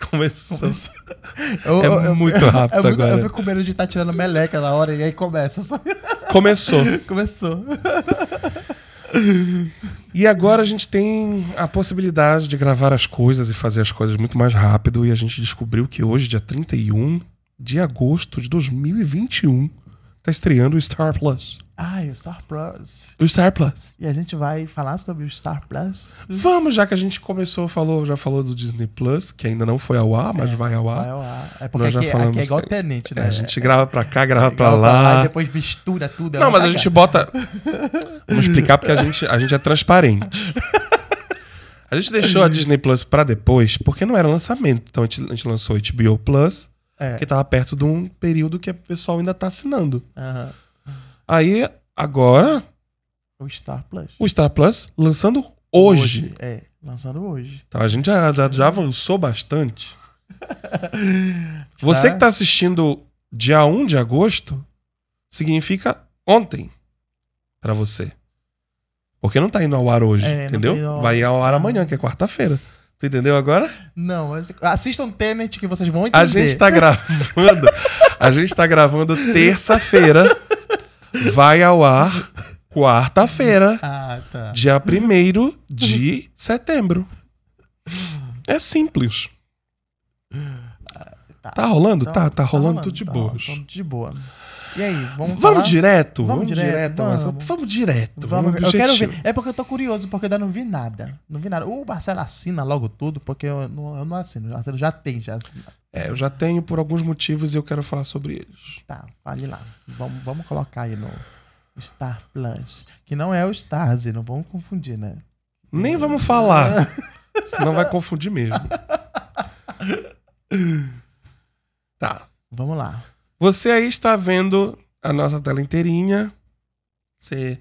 Começou. Eu- É eu- eu- muito eu- rápido eu fico- agora. Eu fico com medo de estar tirando meleca na hora e aí começa. sabe? Começou. Começou. E agora a gente tem a possibilidade de gravar as coisas e fazer as coisas muito mais rápido. E a gente descobriu que hoje, dia 31 de agosto de 2021, tá estreando o Star Plus. Ai, o Star Plus. O Star Plus. E a gente vai falar sobre o Star Plus? Vamos, já que a gente começou, falou, já falou do Disney Plus, que ainda não foi ao ar, mas É. vai ao Vai ar. ao ar. É porque Ah. Nós já aqui, falamos aqui é igual que- tenente, É, né? a gente grava pra cá, grava É pra igual lá. Depois mistura tudo. é Então Não, tá uma mas a gente cagada. bota. Vamos explicar porque a gente, a gente é transparente. A gente deixou a Disney Plus pra depois porque não era lançamento. Então a gente, a gente lançou HBO Plus, É. que tava perto de um período que o pessoal ainda tá assinando. aham. Aí, agora, O Star Plus. o Star Plus lançando hoje. É, lançando hoje. Então a gente já, já, já avançou bastante. Você que tá assistindo dia 1 de agosto, significa ontem pra você. Porque não tá indo ao ar hoje, É, não tá indo entendeu? ao- Vai ao ar amanhã, que é quarta-feira. Tu entendeu agora? Não, mas assistam Tenet que vocês vão entender. A gente tá gravando. A gente tá gravando terça-feira. Vai ao ar quarta-feira, Ah, tá. dia 1 de setembro. É simples. Tá rolando? Tá, tá rolando tudo de tá boa. Ah, rolando Tudo de boa. E aí, Vamos, vamos falar? direto? Vamos direto, ao vamos. assunto. Vamos direto. Vamos, Vamos, eu quero objetivo. ver. É porque eu tô curioso, porque eu ainda não vi nada. Não vi nada. O Marcelo assina logo tudo, porque eu não, eu não assino. O Marcelo já tem, já assina. É, eu já tenho por alguns motivos e eu quero falar sobre eles. Tá, fale lá. Vamos, vamos colocar aí no Star Plus. Que não é o Stars, não vamos confundir, né? Nem vamos falar. senão vai confundir mesmo. Tá. Vamos lá. Você aí está vendo a nossa tela inteirinha. Você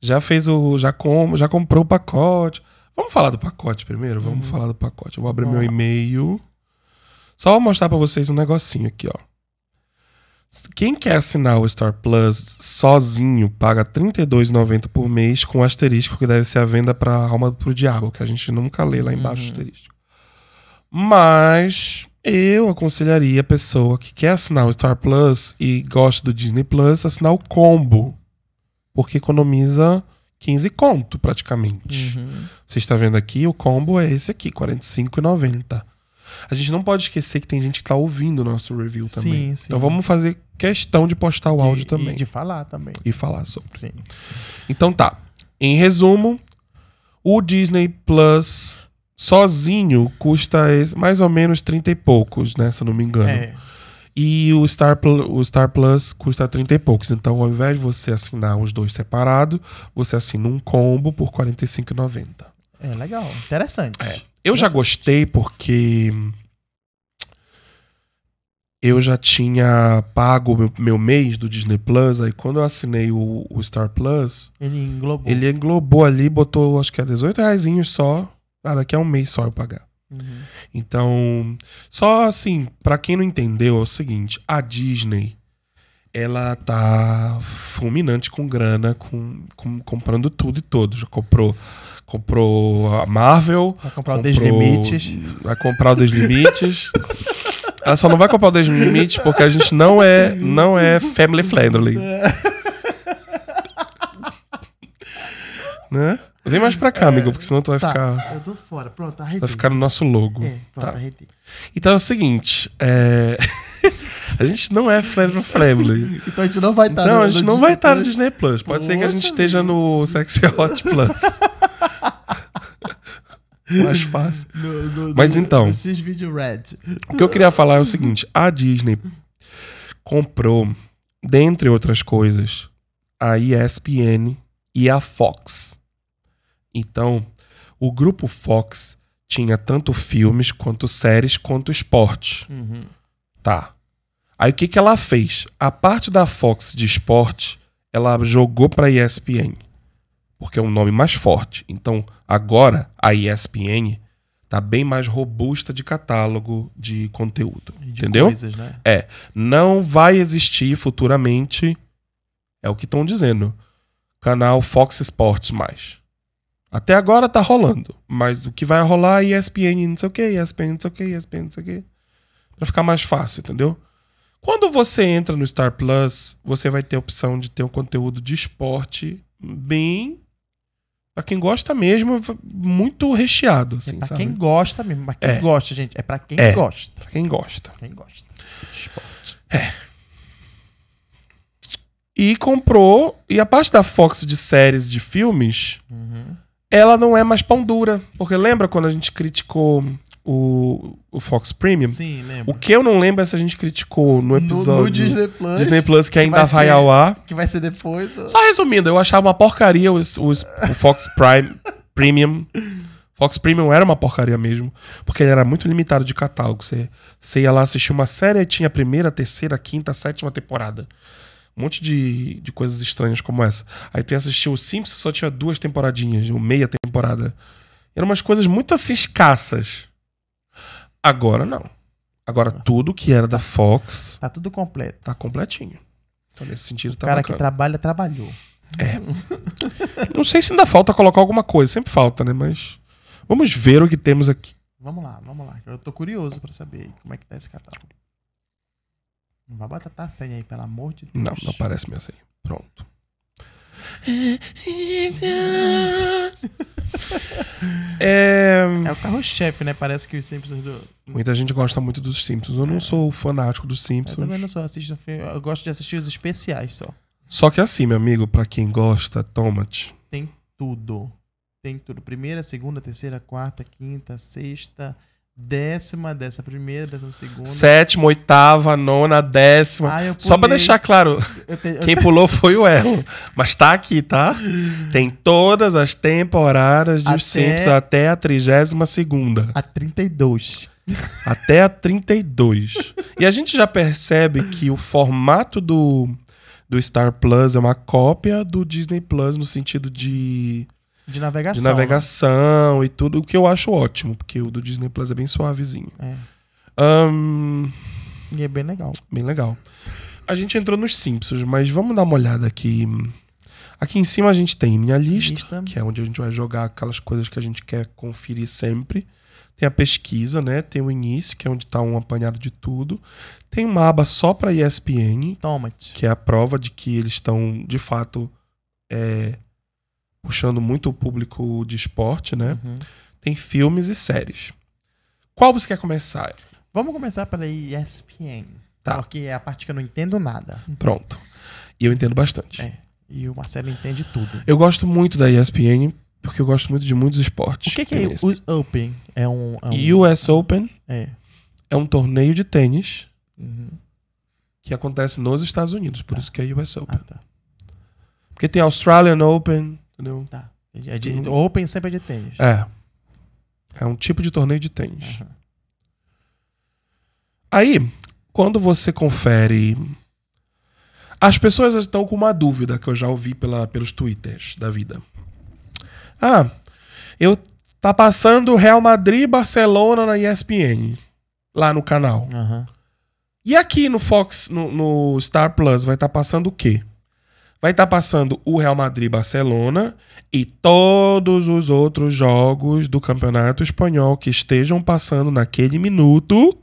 já fez o. Já, com, já comprou o pacote. Vamos falar do pacote primeiro? Vamos falar do pacote. Eu vou abrir Uhum. Vamos meu lá. e-mail. Só vou mostrar para vocês um negocinho aqui, ó. S- Quem quer assinar o Star Plus sozinho paga R$ 32,90 por mês com asterisco, que deve ser a venda para alma pro diabo, que a gente nunca lê lá embaixo Uhum. o asterisco. Mas eu aconselharia a pessoa que quer assinar o Star Plus e gosta do Disney Plus assinar o combo, porque economiza 15 conto praticamente. Uhum. Você está vendo aqui, o combo é esse aqui, R$ 45,90. A gente não pode esquecer que tem gente que está ouvindo o nosso review também. Sim, sim. Então vamos fazer questão de postar o áudio E- também E de falar também. e falar sobre. Sim. Então tá. Em resumo, o Disney Plus sozinho custa es- mais ou menos 30 e poucos, né? Se eu não me engano. É. E o Star, Plu- o Star Plus custa 30 e poucos. Então, ao invés de você assinar os dois separados, você assina um combo por R$ 45,90. É legal, interessante. Eu já gostei porque eu já tinha pago meu, meu mês do Disney Plus, aí quando eu assinei o, o Star Plus, Ele englobou. ele englobou ali, botou acho que é 18 reais só. Cara, daqui a um mês só eu pagar. Uhum. Então, só assim, pra quem não entendeu, é o seguinte, a Disney ela tá fulminante com grana, com, com- comprando tudo e todos. Já comprou, comprou a Marvel, Vai comprar o Comprou- Deslimites. Vai comprar o Deslimites. Ela só não vai comprar o Deslimites porque a gente não é, não é family friendly. né? Vem mais pra cá, amigo, porque senão tu vai Tá, ficar eu tô fora. Pronto, arretei. vai ficar no nosso logo. É, pronto, Tá. arretei. Então é o seguinte, é, a gente não é friendly friendly. Então a gente não vai estar Não, a gente não vai estar no Disney Plus. Pode ser que a gente esteja no Sexy Hot Plus. Mais fácil. Mas então. Esses vídeos red. O que eu queria falar é o seguinte: a Disney comprou, dentre outras coisas, a ESPN e a Fox. Então, o grupo Fox tinha tanto filmes, quanto séries, quanto esportes. Uhum. Tá. Aí o que, que ela fez? A parte da Fox de esporte, ela jogou pra ESPN. Porque é um nome mais forte. Então, agora, a ESPN tá bem mais robusta de catálogo de conteúdo. De entendeu? coisas, né? Não vai existir futuramente, é o que estão dizendo, canal Fox Sports mais. Até agora tá rolando. Mas o que vai rolar é ESPN não sei o que, ESPN não sei o que, ESPN não sei o que. Pra ficar mais fácil, entendeu? Quando você entra no Star Plus, você vai ter a opção de ter um conteúdo de esporte bem. Pra quem gosta mesmo, muito recheado, assim, é pra sabe? quem gosta mesmo. Pra quem É. gosta, gente. É pra quem É. gosta. Pra quem gosta. Quem gosta. Esporte. E comprou. E a parte da Fox de séries de filmes, Uhum. ela não é mais pão dura. Porque lembra quando a gente criticou o, o Fox Premium? Sim, lembro. O que eu não lembro é se a gente criticou no episódio no, no Disney Plus. Disney Plus que ainda vai vai, ser- ao ar. Que vai ser depois. ó. Só resumindo, eu achava uma porcaria os- os- o Fox Prime Premium. Fox Premium era uma porcaria mesmo, porque ele era muito limitado de catálogo. Você, você ia lá assistir uma série e tinha a primeira, a terceira, a quinta, a sétima temporada. Um monte de, de coisas estranhas como essa. Aí tu ia assistir o Simpsons, só tinha duas temporadinhas, ou meia temporada. Eram umas coisas muito assim escassas. Agora não. Agora tudo que era da Fox Tá tudo completo. tá completinho. Então nesse sentido O tá cara bacana. que trabalha, trabalhou. Não sei se ainda falta colocar alguma coisa, sempre falta, né? Mas vamos ver o que temos aqui. Vamos lá, vamos lá. Eu tô curioso pra saber aí como é que tá esse catálogo. Não vai botar tá senha aí, pelo amor de Deus. Não, não aparece minha senha. Pronto. É, É o carro-chefe, né? Parece que os Simpsons do. muita gente gosta muito dos Simpsons. Eu não sou fanático dos É. Eu Simpsons. também não sou assisto filme. Eu gosto de assistir os especiais só. Só que assim, meu amigo, pra quem gosta, tomate. Tudo. Tem tudo. Primeira, segunda, terceira, quarta, quinta, sexta, décima, décima primeira, décima segunda. Sétima, oitava, nona, décima. Ah, eu Só pra pulei. deixar claro, Eu te- eu quem pulou foi o Elo. Mas tá aqui, tá? Tem todas as temporadas dos Até- Simpsons até a 32 segunda. A 32. Até a 32. e a gente já percebe que o formato do, do Star Plus é uma cópia do Disney Plus no sentido de, De navegação. né? de navegação e tudo, o que eu acho ótimo, porque o do Disney Plus é bem suavezinho. né? Ahn, É. E é bem legal. bem legal. A gente entrou nos Simpsons, mas vamos dar uma olhada aqui. Aqui em cima a gente tem minha lista, Lista. que é onde a gente vai jogar aquelas coisas que a gente quer conferir sempre. Tem a pesquisa, né? Tem o início, que é onde tá um apanhado de tudo. Tem uma aba só para ESPN, Tomate. que é a prova de que eles estão, de fato, é, puxando muito o público de esporte, né? Uhum. Tem filmes e séries. Qual você quer começar? Vamos começar pela ESPN. Tá. Porque é a parte que eu não entendo nada. Pronto. E eu entendo bastante. É. E o Marcelo entende tudo. Eu gosto muito da ESPN, porque eu gosto muito de muitos esportes. O que, que é isso? os Open? É um. É um US Open é. é um torneio de tênis Uhum. que acontece nos Estados Unidos, por Tá. isso que é US Open. Ah, tá. Porque tem Australian Open, entendeu? Tá. É de, o Open sempre é de tênis. É. É um tipo de torneio de tênis. Aham. Aí, quando você confere. As pessoas estão com uma dúvida que eu já ouvi pela, pelos twitters da vida. Ah, eu tá passando Real Madrid e Barcelona na ESPN, lá no canal. Aham. E aqui no Fox, no, no Star Plus, vai estar passando o quê? Vai estar passando o Real Madrid e Barcelona e todos os outros jogos do Campeonato Espanhol que estejam passando naquele minuto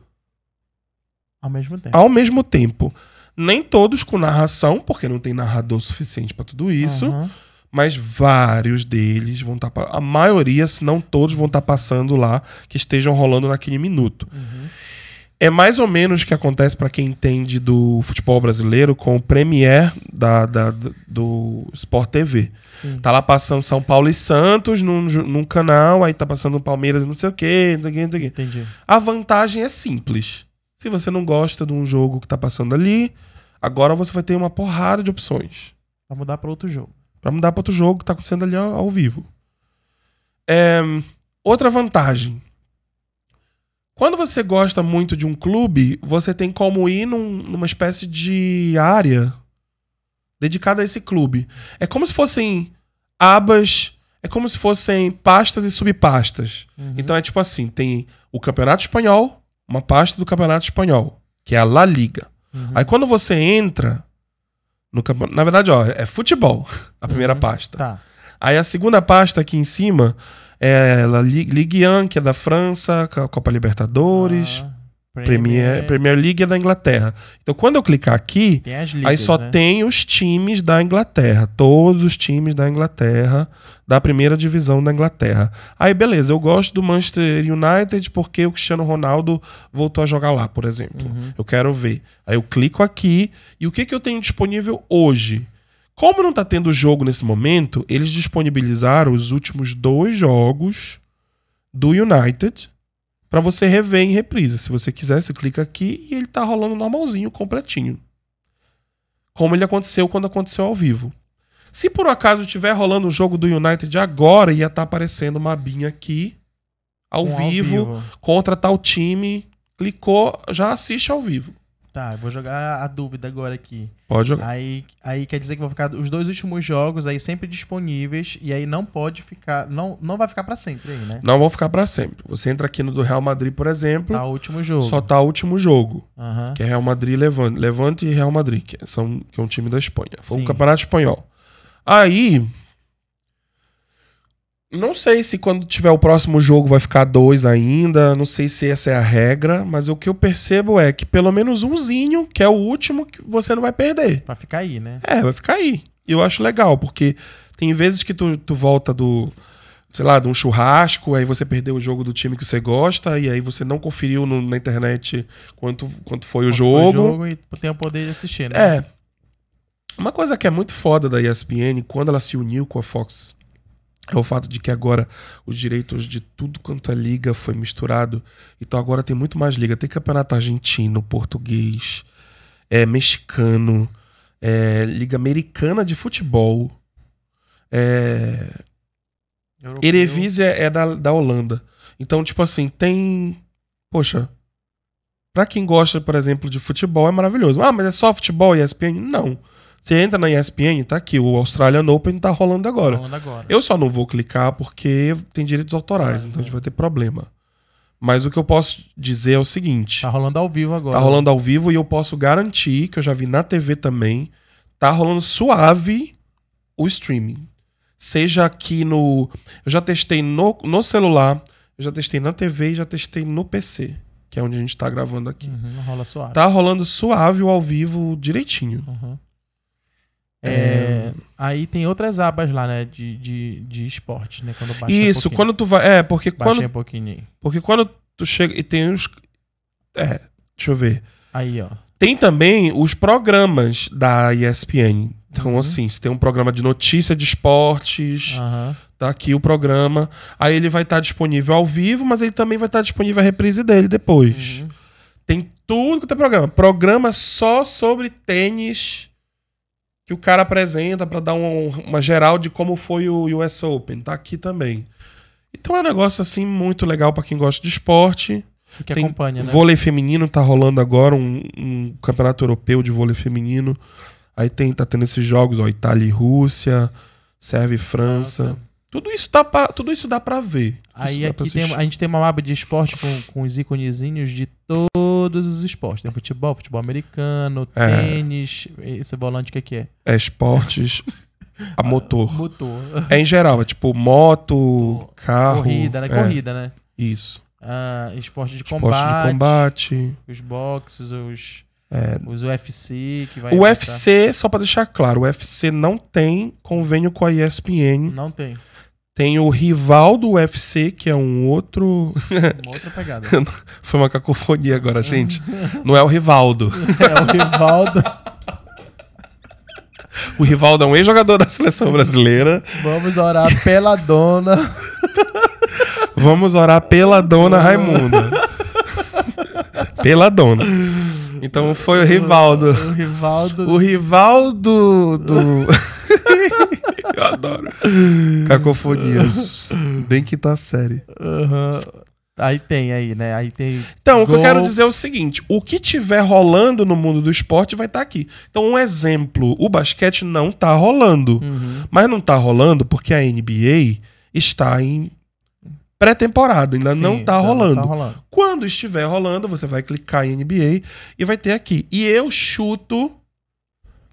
Ao mesmo tempo. ao mesmo tempo. Nem todos com narração, porque não tem narrador suficiente para tudo isso, Aham. mas vários deles vão estar. a maioria, se não todos, vão estar passando lá que estejam rolando naquele minuto. Uhum. É mais ou menos o que acontece para quem entende do futebol brasileiro com o Premier da, da- do Sport TV. Sim. Tá lá passando São Paulo e Santos num, ju- num canal, aí tá passando Palmeiras e não sei o quê, não sei o quê, não sei o quê. Entendi. A vantagem é simples. Se você não gosta de um jogo que tá passando ali, agora você vai ter uma porrada de opções Vai mudar pra outro jogo. Pra mudar pra outro jogo que tá acontecendo ali ao, ao vivo. É, outra vantagem. Quando você gosta muito de um clube, você tem como ir num- numa espécie de área dedicada a esse clube. É como se fossem abas, é como se fossem pastas e subpastas. Uhum. Então é tipo assim, tem o Campeonato Espanhol, uma pasta do Campeonato Espanhol, que é a La Liga. Uhum. Aí quando você entra no campeonato. Na verdade, ó, é futebol a primeira Uhum. pasta. Tá. Aí a segunda pasta aqui em cima é a Li- Ligue 1, que é da França, Ca- Copa Libertadores, Ah, Premier, Premier League é da Inglaterra. Então quando eu clicar aqui, Tem as aí ligas, só né? tem os times da Inglaterra, todos os times da Inglaterra, da primeira divisão da Inglaterra. Aí beleza, eu gosto do Manchester United porque o Cristiano Ronaldo voltou a jogar lá, por exemplo. Uhum. Eu quero ver. Aí eu clico aqui e o que, que eu tenho disponível hoje? Como não tá tendo jogo nesse momento, eles disponibilizaram os últimos dois jogos do United para você rever em reprise. Se você quiser, você clica aqui e ele tá rolando normalzinho, completinho. Como ele aconteceu quando aconteceu ao vivo. Se por um acaso estiver rolando o jogo do United agora, ia estar aparecendo uma abinha aqui, ao, Um vivo, contra tal time, clicou, já assiste ao vivo. Tá, eu vou jogar a dúvida agora aqui. Pode jogar. Aí, aí quer dizer que vão ficar os dois últimos jogos aí sempre disponíveis e aí não pode ficar, não, não vai ficar pra sempre aí, né? Não vão ficar pra sempre. Você entra aqui no do Real Madrid, por exemplo, Tá o último jogo. só tá o último jogo, Aham. que é Real Madrid e Levante, Levante e Real Madrid, que, são, que é um time da Espanha. Foi um Sim. campeonato espanhol. Aí. Não sei se quando tiver o próximo jogo vai ficar dois ainda. Não sei se essa é a regra, mas o que eu percebo é que pelo menos umzinho, que é o último, que você não vai perder. Pra ficar aí, né? É, vai ficar aí. E eu acho legal, porque tem vezes que tu, tu volta do, sei lá, de um churrasco, aí você perdeu o jogo do time que você gosta, e aí você não conferiu no- na internet quanto, quanto foi o Quanto jogo. foi jogo e tem o poder de assistir, né? É. Uma coisa que é muito foda da ESPN, quando ela se uniu com a Fox, é o fato de que agora os direitos de tudo quanto é liga foi misturado. Então agora tem muito mais liga. Tem campeonato argentino, português, é, mexicano, é, liga americana de futebol. É, Europeu. Erevise é é da, da Holanda. Então, tipo assim, tem. Poxa. Pra quem gosta, por exemplo, de futebol, é maravilhoso. Ah, mas é só futebol e ESPN? Não. Você entra na ESPN, tá aqui. O Australian Open tá rolando agora. Falando agora. Eu só não vou clicar porque tem direitos autorais, Ah, então a é. gente vai ter problema. Mas o que eu posso dizer é o seguinte: Tá rolando ao vivo agora. Tá rolando ao vivo e eu posso garantir que eu já vi na TV também. Tá rolando suave o streaming. Seja aqui no. Eu já testei no, no celular, eu já testei na TV e já testei no PC, que é onde a gente tá gravando aqui. Uhum, rola suave. Tá rolando suave o ao vivo direitinho. Uhum. É, Aí tem outras abas lá, né? De, de, de esporte, né? Quando baixa um Isso, pouquinho. quando tu vai. É, porque Baixei quando, um pouquinho. porque quando tu chega. E tem os. É, deixa eu ver. Aí, ó. Tem também os programas da ESPN. Então, Uhum. assim, se tem um programa de notícia de esportes, Aham. tá aqui o programa. Aí ele vai estar disponível ao vivo, mas ele também vai estar disponível a reprise dele depois. Uhum. Tem tudo que tem programa. Programa só sobre tênis que o cara apresenta pra dar um- uma geral de como foi o US Open. Tá aqui também. Então é um negócio assim muito legal pra quem gosta de esporte. E Que Tem acompanha, né? Vôlei feminino tá rolando agora um, um campeonato europeu de vôlei feminino. Aí tem tá tendo esses jogos, ó, Itália e Rússia, Sérvia e França. Nossa. Tudo isso, tá pra, tudo isso dá pra ver. Aí Isso dá pra aqui tem- assistir. a gente tem uma aba de esporte com, com os íconezinhos de todos os esportes. Tem futebol, futebol americano, É. tênis. Esse volante o que, que é? É esportes a motor. Motor. É em geral, é tipo moto, carro. Corrida, né? é, Corrida, né? Isso. Ah, esporte de combate. Esporte de combate. É. Os boxes, os, os UFC que vai. O botar. UFC, só pra deixar claro, o UFC não tem convênio com a ESPN. Não tem. Tem o rival do UFC, que é um outro. Uma outra pegada. Foi uma cacofonia agora, gente. Não é o Rivaldo. é o Rivaldo. O Rivaldo é um ex-jogador da seleção brasileira. Vamos orar pela dona. Vamos orar pela dona Raimunda. pela dona. Então foi o Rivaldo. O Rivaldo. O Rivaldo do. Eu adoro. Cacofonias. Bem quinta série. Aham. Aí tem aí, né? Aí tem. Então, o que eu Gol. quero dizer é o seguinte: o que tiver rolando no mundo do esporte vai estar aqui. Então, um exemplo: o basquete não tá rolando. Uhum. Mas não tá rolando porque a NBA está em pré-temporada, ainda Sim, não tá ainda rolando. Não tá rolando. Quando estiver rolando, você vai clicar em NBA e vai ter aqui. E eu chuto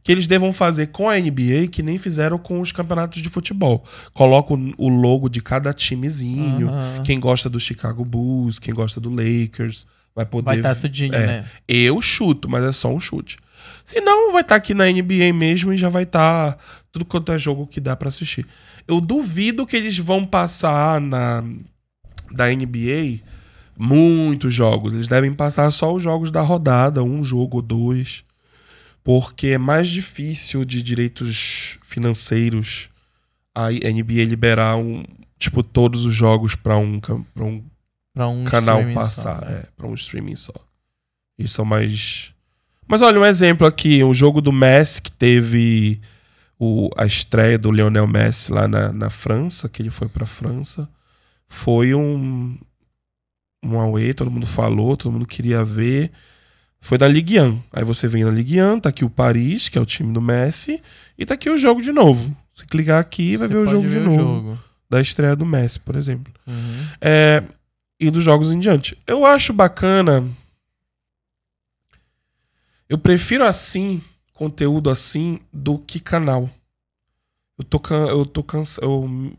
que eles devam fazer com a NBA que nem fizeram com os campeonatos de futebol. Colocam o logo de cada timezinho. Aham. Quem gosta do Chicago Bulls, quem gosta do Lakers, vai poder. Vai estar tudinho, é. né? Eu chuto, mas é só um chute. Se não, vai estar aqui na NBA mesmo e já vai estar tudo quanto é jogo que dá pra assistir. Eu duvido que eles vão passar na da NBA muitos jogos. Eles devem passar só os jogos da rodada, um jogo ou dois, porque é mais difícil de direitos financeiros a NBA liberar um tipo todos os jogos pra um, cam- pra um Pra um canal streaming só, passar, né? é, pra um streaming só. Eles são mais. Mas olha, um exemplo aqui: o jogo do Messi, que teve o, a estreia do Lionel Messi lá na, na França, que ele foi pra França, foi um. Um away, todo mundo falou, todo mundo queria ver. Foi na Ligue 1. Aí você vem na Ligue 1, tá aqui o Paris, que é o time do Messi, e tá aqui o jogo de novo. Se clicar aqui, vai Você ver o pode jogo de novo. jogo. Da estreia do Messi, por exemplo. Uhum. É, e dos jogos em diante. Eu acho bacana. Eu prefiro assim, conteúdo assim, do que canal. Eu tô, can- eu tô cansado. Eu, eu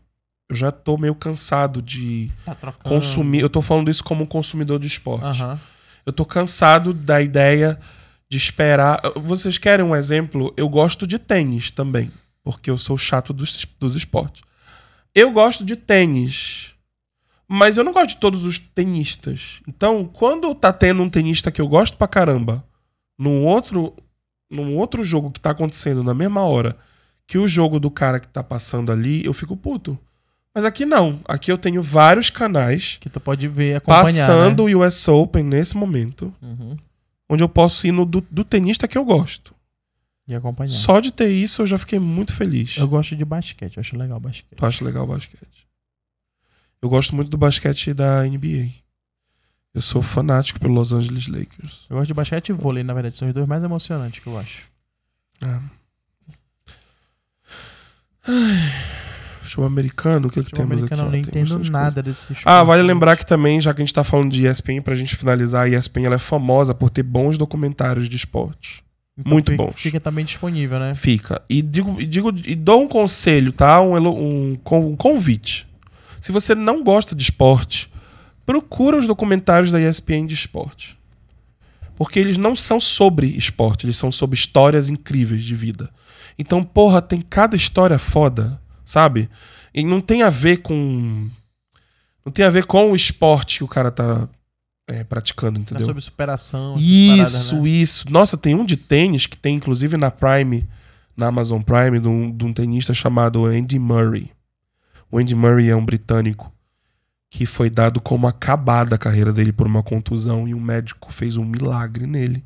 já tô meio cansado de Tá trocando. consumir. Eu tô falando isso como um consumidor de esporte. Aham. Eu tô cansado da ideia de esperar. Vocês querem um exemplo? Eu gosto de tênis também, porque eu sou chato dos, dos esportes. Eu gosto de tênis, mas eu não gosto de todos os tenistas. Então, quando tá tendo um tenista que eu gosto pra caramba, num outro, num outro jogo que tá acontecendo na mesma hora que o jogo do cara que tá passando ali, eu fico puto. Mas aqui não. Aqui eu tenho vários canais Que tu pode ver, acompanhar. passando o US Open nesse momento Né? Uhum. onde eu posso ir no do, do tenista que eu gosto. E acompanhar. Só de ter isso eu já fiquei muito feliz. É. Eu gosto de basquete, eu acho legal basquete. Tu acha legal o basquete? Eu gosto muito do basquete da NBA. Eu sou fanático pelo Los Angeles Lakers. Eu gosto de basquete e vôlei, na verdade, são os dois mais emocionantes que eu acho. Futebol americano, o que, é que Futebol temos americano, eu não aqui? ó? Tem entendo bastante nada né? desse esporte. Ah, vale lembrar que também, já que a gente tá falando de ESPN, pra gente finalizar, a ESPN ela é famosa por ter bons documentários de esporte. Então muito fica, bons. Fica também disponível, né? Fica. E digo, e digo e dou um conselho, tá? Um, elo- um, con- um convite. Se você não gosta de esporte, procura os documentários da ESPN de esporte. Porque eles não são sobre esporte, eles são sobre histórias incríveis de vida. Então, porra, tem cada história foda, sabe? E não tem a ver com. Não tem a ver com o esporte que o cara tá é, praticando, Tá entendeu? sobre superação. essas Isso, paradas, né? isso. Nossa, tem um de tênis que tem, inclusive, na Prime, na Amazon Prime, de um, de um tenista chamado Andy Murray. O Andy Murray é um britânico que foi dado como acabada a carreira dele por uma contusão e um médico fez um milagre nele.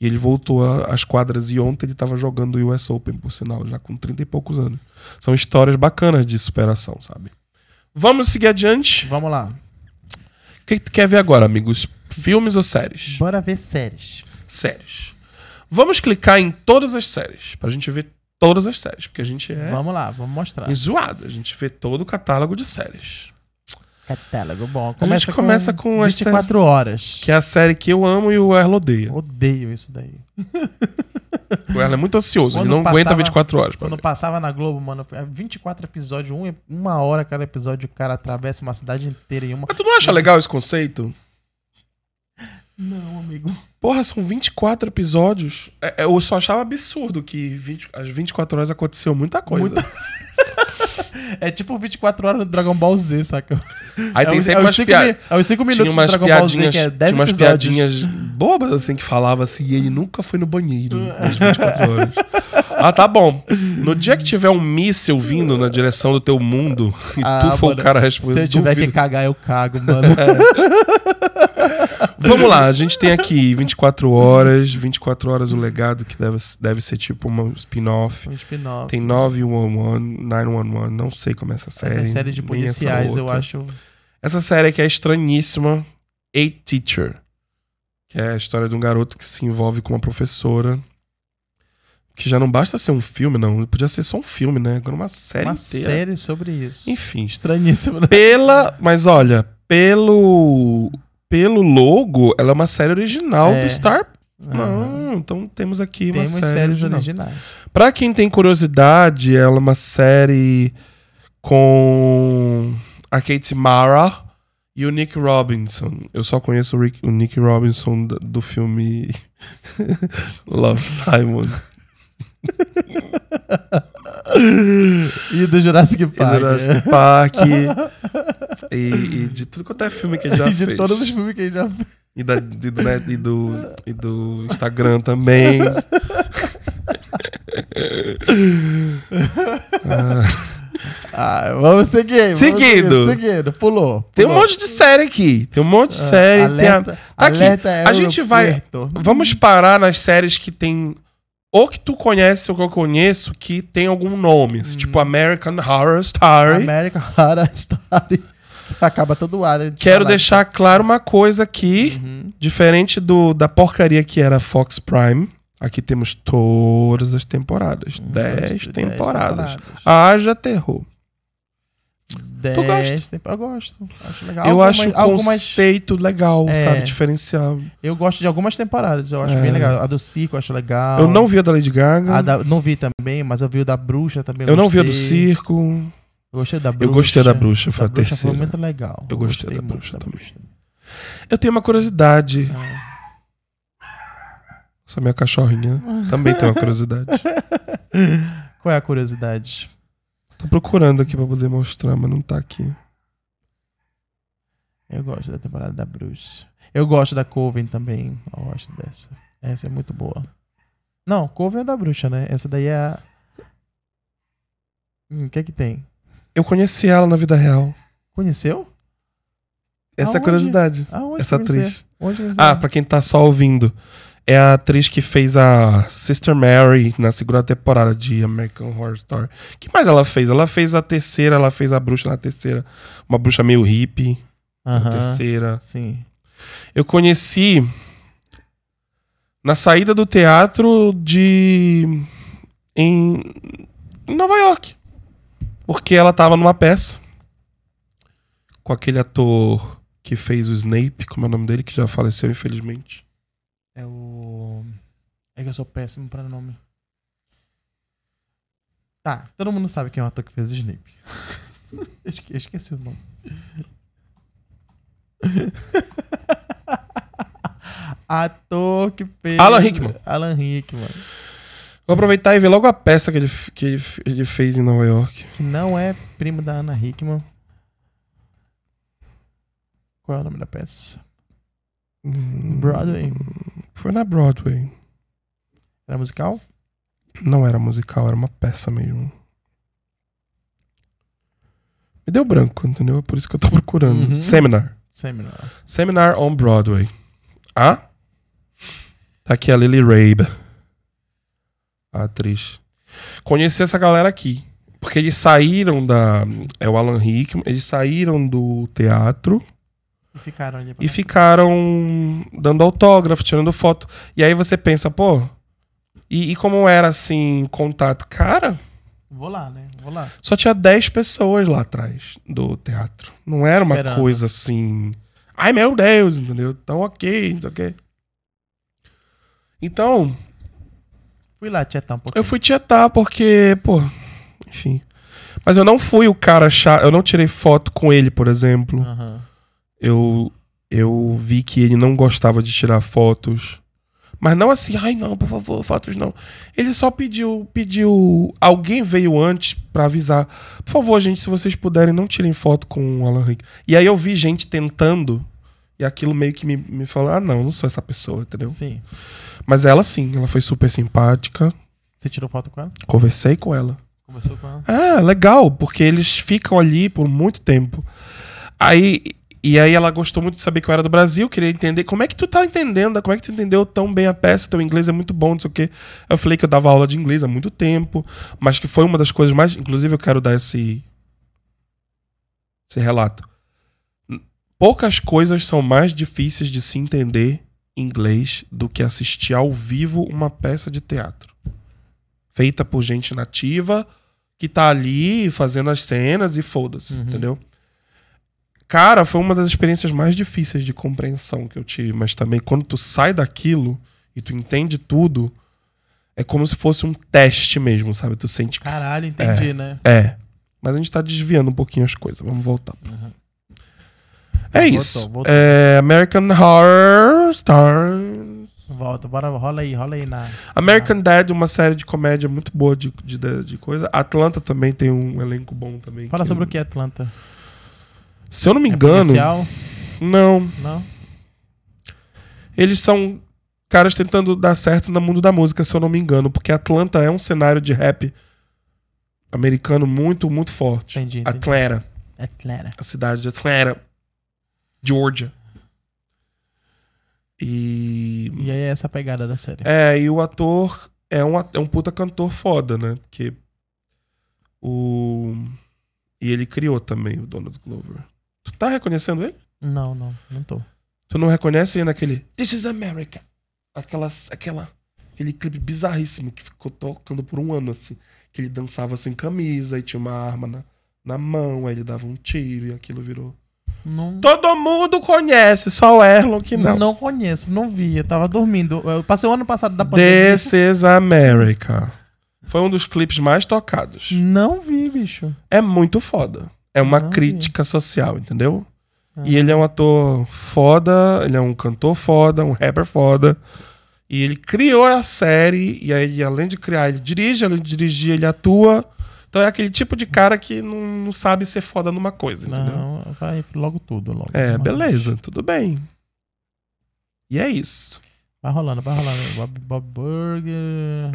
E ele voltou a- às quadras e ontem ele estava jogando o US Open, por sinal, já com 30 e poucos anos. São histórias bacanas de superação, sabe? Vamos seguir adiante. Vamos lá. O que, que tu quer ver agora, amigos? Filmes ou séries? Bora ver séries. séries. Vamos clicar em todas as séries, pra gente ver todas as séries, porque a gente é Vamos lá, vamos mostrar. zoado, a gente vê todo o catálogo de séries. Catálogo bom. começa com as 24 horas. Que é a série que eu amo e o Erlo odeia. Odeio isso daí. O Erlo é muito ansioso, ele Quando não aguenta passava- 24 horas. pra Quando ver. passava na Globo, mano, é era 24 episódios, um, uma hora cada episódio, o cara atravessa uma cidade inteira em uma. Mas tu não acha legal esse conceito? Não, amigo. Porra, são 24 episódios. É- é, Eu só achava absurdo que 20, às 24 horas aconteceu muita coisa. É tipo 24 horas do Dragon Ball Z, saca? Aí tem os- sempre umas os cinco piadas. mi- É os 5 minutos Tinha umas do Dragon Ball Z, piadinhas, que é 10 tinha umas episódios. piadinhas bobas assim que falava assim, e ele nunca foi no banheiro nas 24 horas. Ah, tá bom. No dia que tiver um míssil vindo na direção do teu mundo e Ah, tu for mano, o cara Se eu respondendo, Tipo, tiver que duvido. cagar, eu cago, mano. Vamos lá, a gente tem aqui 24 horas, 24 horas o legado que deve, deve ser tipo um spin-off. um spin-off. Tem 911, 911, não sei como é essa série. Essa série de nem policiais, essa eu outra. acho. Essa série que é estranhíssima, A Teacher, que é a história de um garoto que se envolve com uma professora. Que já não basta ser um filme, não. Podia ser só um filme, né? Agora uma série uma inteira. série sobre isso. Enfim. Estranhíssimo, né? Pela. Mas olha, pelo. Pelo logo, ela é uma série original É. do Star Não, então temos aqui Temos uma série séries original. originais. Pra quem tem curiosidade, ela é uma série com a Kate Mara e o Nick Robinson. Eu só conheço o, Rick- o Nick Robinson d- do filme Love Simon. E do Jurassic Park. né? Jurassic Park. E, e de tudo quanto é filme que ele já e de fez. todos os filmes que ele já fez. E, da- e do, net- e do, e do Instagram também. Ah, vamos seguindo. vamos Seguindo. Seguindo. Pulou. Tem um pulou. monte de série aqui. Tem um monte de Ah, série. tem a- alerta, Tá aqui. alerta é A gente vai- aeroporto. Vamos parar nas séries que tem. Ou que tu conhece ou que eu conheço que tem algum nome. assim, Tipo American Horror Story. Uhum. American Horror Story. Acaba todo ar. a gente Quero fala. deixar claro uma coisa aqui. Uhum. Diferente do, da porcaria que era Fox Prime. Aqui temos todas as temporadas. dez, Hum, Dez temporadas. temporadas. Haja terror. Dez gosta? tempo- Eu gosto. Acho legal. eu Algumas- acho o algumas, conceito legal, É. sabe? Diferencial. Eu gosto de algumas temporadas. Eu acho É. bem legal. A do Circo eu acho legal. Eu não vi a da Lady Gaga. Ah, A da- não vi também, mas eu vi o da Bruxa também. eu não vi a do gostei. circo. Eu Gostei da Bruxa. Eu gostei da bruxa, foi Da a Bruxa terceira. Foi muito legal. Eu gostei da muito Bruxa também. Eu tenho uma curiosidade. Essa minha cachorrinha Ah. também tem uma curiosidade. Qual é a curiosidade? Tô procurando aqui pra poder mostrar, mas não tá aqui. Eu gosto da temporada da Bruce. Eu gosto da Coven também. Eu gosto dessa. Essa é muito boa. Não, Coven é da Bruxa, né? Essa daí é a. Hum, O que é que tem? Eu conheci ela na vida real. Conheceu? Essa é a Aonde? curiosidade. Aonde Essa conheceu? atriz. Onde conheceu? Ah, pra quem tá só ouvindo. É a atriz que fez a Sister Mary na segunda temporada de American Horror Story. O que mais ela fez? Ela fez a terceira, ela fez a bruxa na terceira. Uma bruxa meio hippie. Na Aham, terceira. Sim. Eu conheci na saída do teatro de. em em Nova York. Porque ela tava numa peça com aquele ator que fez o Snape, como é o nome dele, que já faleceu, infelizmente. É o. É que eu sou péssimo pra nome. Tá, todo mundo sabe quem é o ator que fez o Snape. Eu esque- eu esqueci o nome. ator que fez. Alan Rickman. Alan Rickman. Vou aproveitar e ver logo a peça que ele, f- que ele f- ele fez em Nova York. Que não é primo da Ana Hickman. Qual é o nome da peça? Hum, Broadway. Foi na Broadway. Era musical? Não era musical, era uma peça mesmo. Me deu branco, entendeu? É Por isso que eu tô procurando. Uhum. Seminar. Seminar. Seminar on Broadway. Ah? Tá aqui a Lily Rabe. A atriz. Conheci essa galera aqui. Porque eles saíram da. É o Alan Rickman. Eles saíram do teatro E ficaram ali pra e ficaram dando autógrafo, tirando foto. E aí você pensa, pô. E, e como era assim, contato? Cara, Vou lá, né? Vou lá. só tinha 10 pessoas lá atrás do teatro. Não era uma Esperando. coisa assim. Ai meu Deus, entendeu? Então ok, então ok. Então, Fui lá tietar um pouquinho. eu fui tietar porque, pô, enfim. Mas eu não fui o cara chato, eu não tirei foto com ele, por Ah. exemplo. Aham. Eu eu vi que ele não gostava de tirar fotos. Mas não assim, ai não, por favor, fotos não. Ele só pediu, pediu. Alguém veio antes pra avisar. Por favor, gente, se vocês puderem, não tirem foto com o Alan Rick. E aí eu vi gente tentando. E aquilo meio que me, me falou: ah, não, eu não sou essa pessoa, entendeu? Sim. Mas ela sim, ela foi super simpática. Você tirou foto com ela? Conversei com ela. Conversou com ela? Ah, legal, porque eles ficam ali por muito tempo. Aí, e aí ela gostou muito de saber que eu era do Brasil, queria entender como é que tu tá entendendo, como é que tu entendeu tão bem a peça, teu inglês é muito bom, não sei o quê. Eu falei que eu dava aula de inglês há muito tempo, mas que foi uma das coisas mais. Inclusive, eu quero dar esse. esse relato. N- Poucas coisas são mais difíceis de se entender em inglês do que assistir ao vivo uma peça de teatro. Feita por gente nativa que tá ali fazendo as cenas e foda-se, Uhum. entendeu? Cara, foi uma das experiências mais difíceis de compreensão que eu tive, mas também quando tu sai daquilo e tu entende tudo, é como se fosse um teste mesmo, sabe? Tu sente que. Caralho, entendi, né? É. Mas a gente tá desviando um pouquinho as coisas. Vamos voltar. É Uhum. Voltou, isso. voltou. É, American Horror Star. Volta, bora, rola aí, rola aí na. Ah. American Dad, uma série de comédia muito boa de, de, de coisa. Atlanta também tem um elenco bom também. Fala sobre o que é Atlanta. Se eu não me É engano. policial? não. Não? Eles são caras tentando dar certo no mundo da música, se eu não me engano, porque Atlanta é um cenário de rap americano muito, muito forte. Entendi, entendi. Atlanta, Atlanta. a cidade de Atlanta, Georgia. E E aí é essa pegada da série. é, e o ator é um, at- é um puta cantor foda, né? Porque o e ele criou também o Donald Glover. Tu tá reconhecendo ele? Não, não, não tô. Tu não reconhece ele naquele This is America. Aquelas, aquela, aquele clipe bizarríssimo que ficou tocando por um ano, assim. Que ele dançava sem camisa e tinha uma arma na, na mão, aí ele dava um tiro e aquilo virou. Não, Todo mundo conhece, só o Erlon que não. não. conheço, não vi. Eu tava dormindo. Eu passei o ano passado da pandemia. This is America. Foi um dos clipes mais tocados. Não vi, bicho. É muito foda. É uma Não vi. crítica social, entendeu? Ah. E ele é um ator foda, ele é um cantor foda, um rapper foda. E ele criou a série, e aí, além de criar, ele dirige, além de dirigir, ele atua. Então é aquele tipo de cara que não, não sabe ser foda numa coisa, entendeu? Não, vai logo tudo, logo. É, Mas- beleza, tudo bem. E é isso. Vai rolando, vai rolando. Bob, Bob Burger.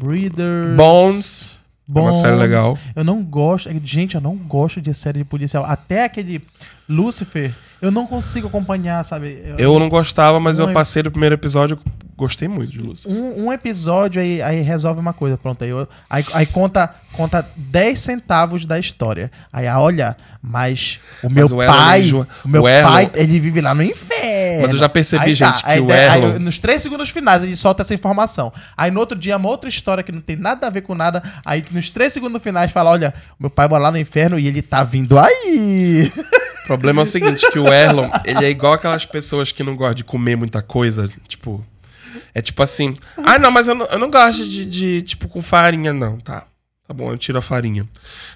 Breeders. Bones, é uma série Hum. Bones. legal. Eu não gosto. é Gente, eu não gosto de série de policial. Até aquele Lucifer, eu não consigo acompanhar, sabe? Eu não gostava, mas eu Não, eu- passei do primeiro episódio, eu gostei muito de Lúcio. Um, um episódio aí, aí resolve uma coisa, pronto. Aí, eu- aí, aí conta, conta 10 centavos da história. Aí, ah, olha, mas o meu o Erlon pai. enjoa- O meu o Erlon- pai, ele vive lá no inferno. Mas eu já percebi, Aí tá, gente, que aí o de- aí Erlon- nos três segundos finais, ele solta essa informação. Aí no outro dia, uma outra história que não tem nada a ver com nada. Aí nos três segundos finais, fala: olha, meu pai mora lá no inferno e ele tá vindo aí. O problema é o seguinte, que o Erlon, ele é igual aquelas pessoas que não gostam de comer muita coisa, tipo... É tipo assim, ah, não, mas eu não, eu não gosto de, de, tipo, com farinha, não, tá. Tá bom, eu tiro a farinha.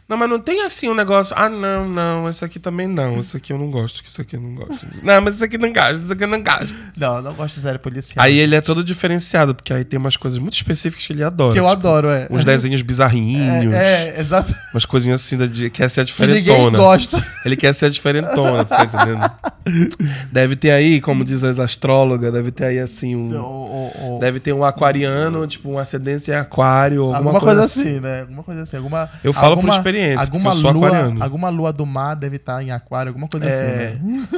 Não, mas não tem assim um negócio, ah, não, não, isso aqui também não, isso aqui eu não gosto, isso aqui eu não gosto. Não, mas isso aqui eu não gosto, isso aqui eu não gosto. Não, eu não gosto de série policial. Aí ele é todo diferenciado, porque aí tem umas coisas muito específicas que ele adora. que eu tipo, adoro, é. Uns desenhos bizarrinhos, É, é, exato. umas coisinhas assim, da, de, quer ser a Que diferentona. ninguém gosta. Ele quer ser a diferentona, tu tá entendendo? Deve ter aí, como diz as astrólogas, deve ter aí assim um. O- o- o- Deve ter um aquariano, tipo, uma ascendência em aquário, alguma, alguma coisa, coisa assim. assim, né? Alguma coisa assim. Alguma, Eu falo alguma, por experiência, porque Alguma eu sou lua, aquariano. Alguma lua do mar deve estar em aquário, alguma coisa É. assim. Né?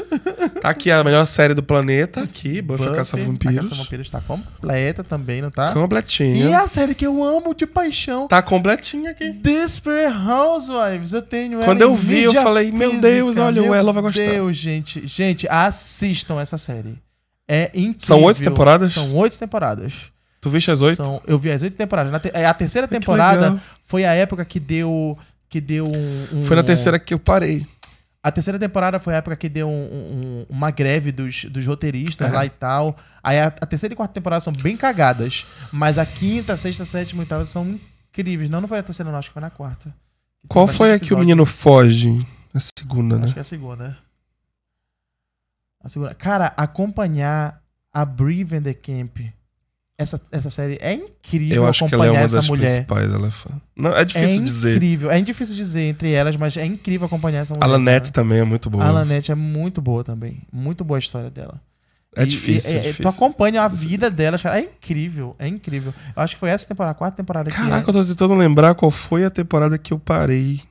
Tá aqui a melhor série do planeta, aqui, Buffy Buffy, Caça A Caça Vampiros. Vampiros tá completa também, não tá? E Completinha. a série que eu amo de paixão. Tá completinha aqui. Desperate Housewives, eu tenho ela Quando em eu vi, eu mídia falei, meu Deus, olha, o meu Elo vai gostar. Meu Deus, gente. Gente, assistam essa série. É incrível. São oito temporadas? São oito temporadas. Tu viste as oito? São- eu vi as oito temporadas. Na te- é, a terceira que temporada legal. foi a época que deu. Que deu um, um- Foi na terceira que eu parei. A terceira temporada foi a época que deu um- um- um- uma greve dos, dos É. roteiristas lá e tal. Aí a, a terceira e quarta temporada são bem cagadas. Mas a quinta, sexta, sétima e oitava são incríveis. Não, não foi na terceira, não. Acho que foi na quarta. Qual Tem foi a bastante que o episódio. menino foge? A segunda, né? Acho que é a segunda, né? A segunda. Cara, acompanhar a Brie Vanderkamp. Essa, essa série é incrível Eu acho que acompanhar ela é uma essa das mulher. principais, ela é fã. Não, é É difícil dizer. incrível. É difícil dizer entre elas, mas é incrível acompanhar essa mulher. A cara. Lanette também é muito boa. A Lanette é muito boa também. Muito boa a história dela. É E- difícil, e- é e- difícil. Tu acompanha a vida dela, cara. É incrível, é incrível. Eu acho que foi essa temporada, a quarta temporada que é, Caraca, eu tô tentando lembrar qual foi a temporada que eu parei.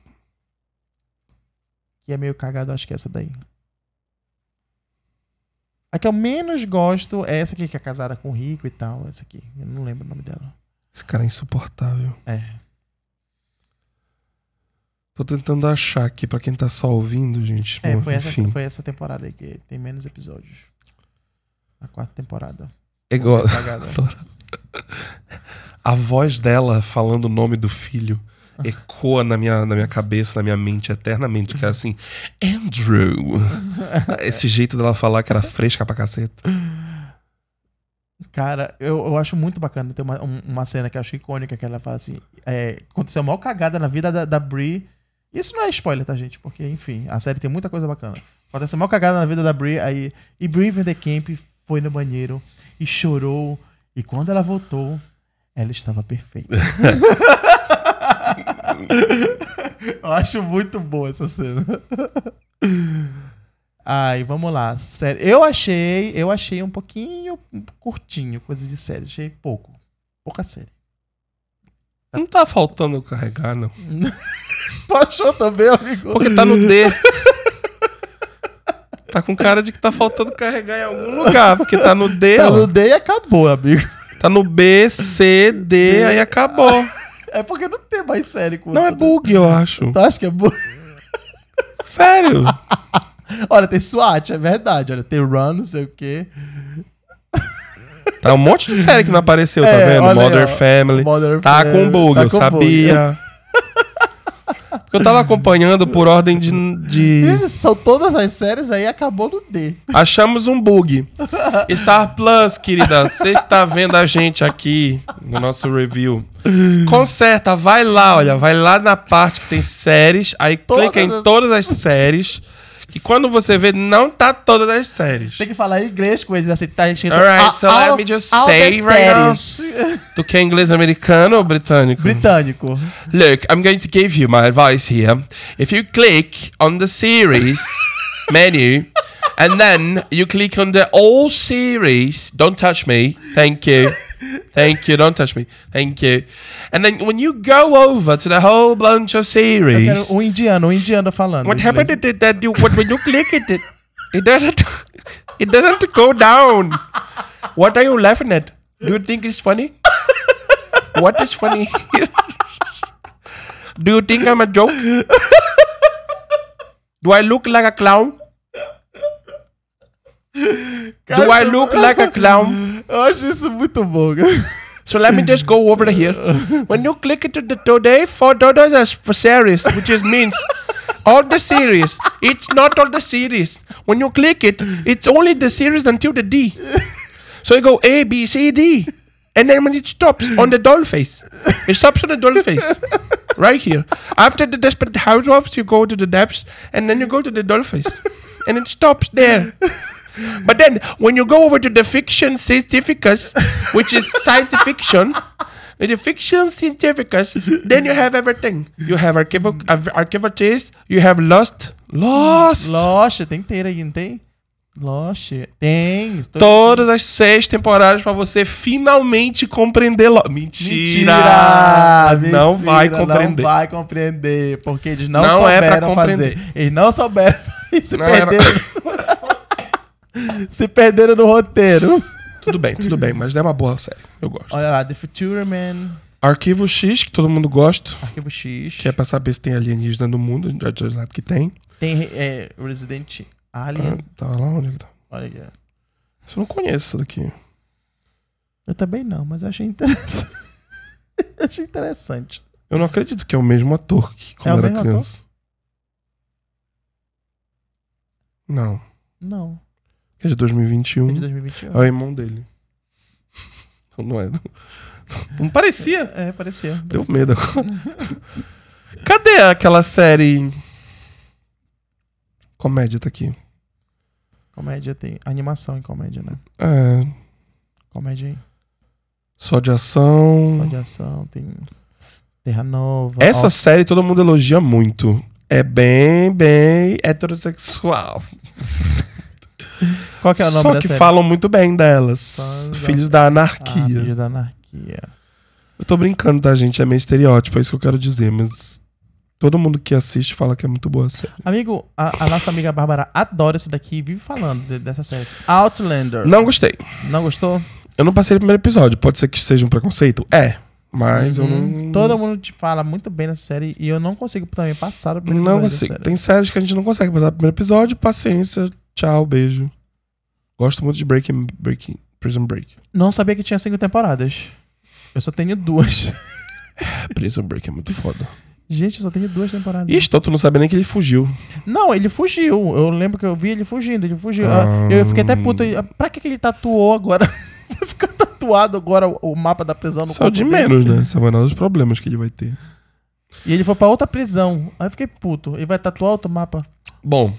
que é meio cagado, acho que é essa daí. A que eu menos gosto é essa aqui, que é casada com o Rico e tal. Essa aqui. Eu não lembro o nome dela. Esse cara é insuportável. É. Tô tentando achar aqui pra quem tá só ouvindo, gente. É, Bom, foi essa, enfim. foi essa temporada aí que tem menos episódios. A quarta temporada. É igual- Meio cagada. A voz dela falando o nome do filho Ah. ecoa na minha, na minha cabeça, na minha mente eternamente, Uhum. que é assim, Andrew. Esse jeito dela falar que era fresca pra caceta. Cara, eu, eu acho muito bacana. Tem uma, um- uma cena que eu acho icônica, que ela fala assim: é, aconteceu a maior cagada na vida da, da Brie. Isso não é spoiler, tá, gente? Porque, enfim, a série tem muita coisa bacana. Aconteceu a maior cagada na vida da Brie, aí. E Brie Van de Camp foi no banheiro e chorou. E quando ela voltou, ela estava perfeita. eu acho muito boa essa cena. Ai, vamos lá. Sério. Eu achei, eu achei um pouquinho curtinho, coisa de série. Achei pouco. Pouca série. Não tá faltando eu carregar, não. Tu achou também, amigo? Porque tá no D. tá com cara de que tá faltando carregar em algum lugar. Porque tá no D, Eu ó. mudei e acabou, amigo. Tá no B, C, D, aí acabou. É porque não tem mais série com Não é bug, eu acho. Tu acha que é bu... Sério. Olha, tem SWAT, é verdade. Olha, tem Run, não sei o quê. Tá um monte de série que não apareceu, tá É, olha vendo? aí, Modern ó. Family. Modern Tá Family, com bug, tá eu com sabia. Porque eu tava acompanhando por ordem de, de- Isso, são todas as séries aí, acabou no D. Achamos um bug. Star Plus, querida, você que tá vendo a gente aqui no nosso review. Conserta, vai lá, olha, vai lá na parte que tem séries, aí Todas clica em as- todas as séries. Que quando você vê, não tá todas as séries. Tem que falar em inglês com eles, assim, tá escrito... Alright, a- so all- let me just all the say right now. series. Tu quer é inglês americano ou britânico? Britânico. Look, I'm going to give you my advice here. If you click on the series menu and then you click on the all series, don't touch me. Thank you. Thank you. Don't touch me. Thank you. And then when you go over to the whole bunch of Eu quero series, um indiano, um indiano falando. what inglês. happened is that- that you, what, when you click it, it, it doesn't it doesn't go down. What are you laughing at? Do you think it's funny? What is funny here? Do you think I'm a joke? Do I look like a clown? Do I look like a clown? Eu acho isso muito bom, cara. So let me just go over here. When you click it to the today for dollars as for series, which is means all the series. It's not all the series. When you click it, it's only the series until the D. So you go A B C D, and then when it stops on the doll face, it stops on the doll face, right here. After the desperate housewives, you go to the depths, and then you go to the doll face, and it stops there. But then when you go over to the fiction certificates, which is science fiction, with the fiction certificates, then you have everything. You have archivo- arch- archivities, you have Lost. Lost. Lost, tem inteira aí, não tem? Lost. Tem. Tô- Todas as seis temporadas pra você finalmente compreender Lost. Mentira! não mentira, vai compreender. Não vai compreender, porque eles não, Não é pra souberam fazer. compreender. Eles não souberam. e se, Não era- perderam, se perderam no roteiro. Tudo bem, tudo bem, mas é uma boa série. Eu gosto. Olha lá, The Future Man, Arquivo X, que todo mundo gosta, Arquivo X. que é pra saber se tem alienígena no mundo, a gente já já sabe que tem. Tem é, Resident Ah, Alien. Tá lá onde ele tá. Olha aqui. ó. Isso eu não conheço isso daqui. Eu também não, mas eu achei interessante. achei interessante. Eu não acredito que é o mesmo ator que quando o era mesmo criança. Não. Não, Que é de é de 2021. 2021. É o irmão dele. Então Não era. Não parecia. É, parecia. Deu medo agora. Cadê aquela série. Comédia tá aqui. Comédia tem. Animação em comédia, né? É. Comédia em Só de ação. só de ação, tem. Terra Nova. Hum. Essa série todo mundo elogia muito. É bem, bem heterossexual. Ó, Qual que é o nome Só da que série? falam muito bem delas. Sons Filhos da Ah, anarquia. Filhos da Anarquia. Eu tô brincando, tá, gente? É meio estereótipo, é isso que eu quero dizer, mas. Todo mundo que assiste fala que é muito boa a série. Amigo, a, a nossa amiga Bárbara adora isso daqui vive falando de- dessa série. Outlander. Não gostei. Não gostou? Eu não passei o primeiro episódio. Pode ser que seja um preconceito? É. Mas eu não. Uhum. Todo mundo te fala muito bem nessa série e eu não consigo também passar o primeiro Não episódio consigo. da série. Tem séries que a gente não consegue passar o primeiro episódio. Paciência. Tchau, beijo. Gosto muito de Breaking, Breaking Prison Break. Não sabia que tinha cinco temporadas. Eu só tenho duas. É, Prison Break é muito foda. Gente. Gente, eu só tenho duas temporadas. Ixi, então tu não sabe nem que ele fugiu. Não, ele fugiu. Eu lembro que eu vi ele fugindo, ele fugiu. Ah. Eu fiquei até puto. Pra que que ele tatuou agora? Vai ficar tatuado. tatuado agora o- o mapa da prisão no Só o de corpo dele. menos, né? Essa vai dar os problemas que ele vai ter. E ele foi pra outra prisão. Aí eu fiquei puto. Ele vai tatuar outro mapa. Bom.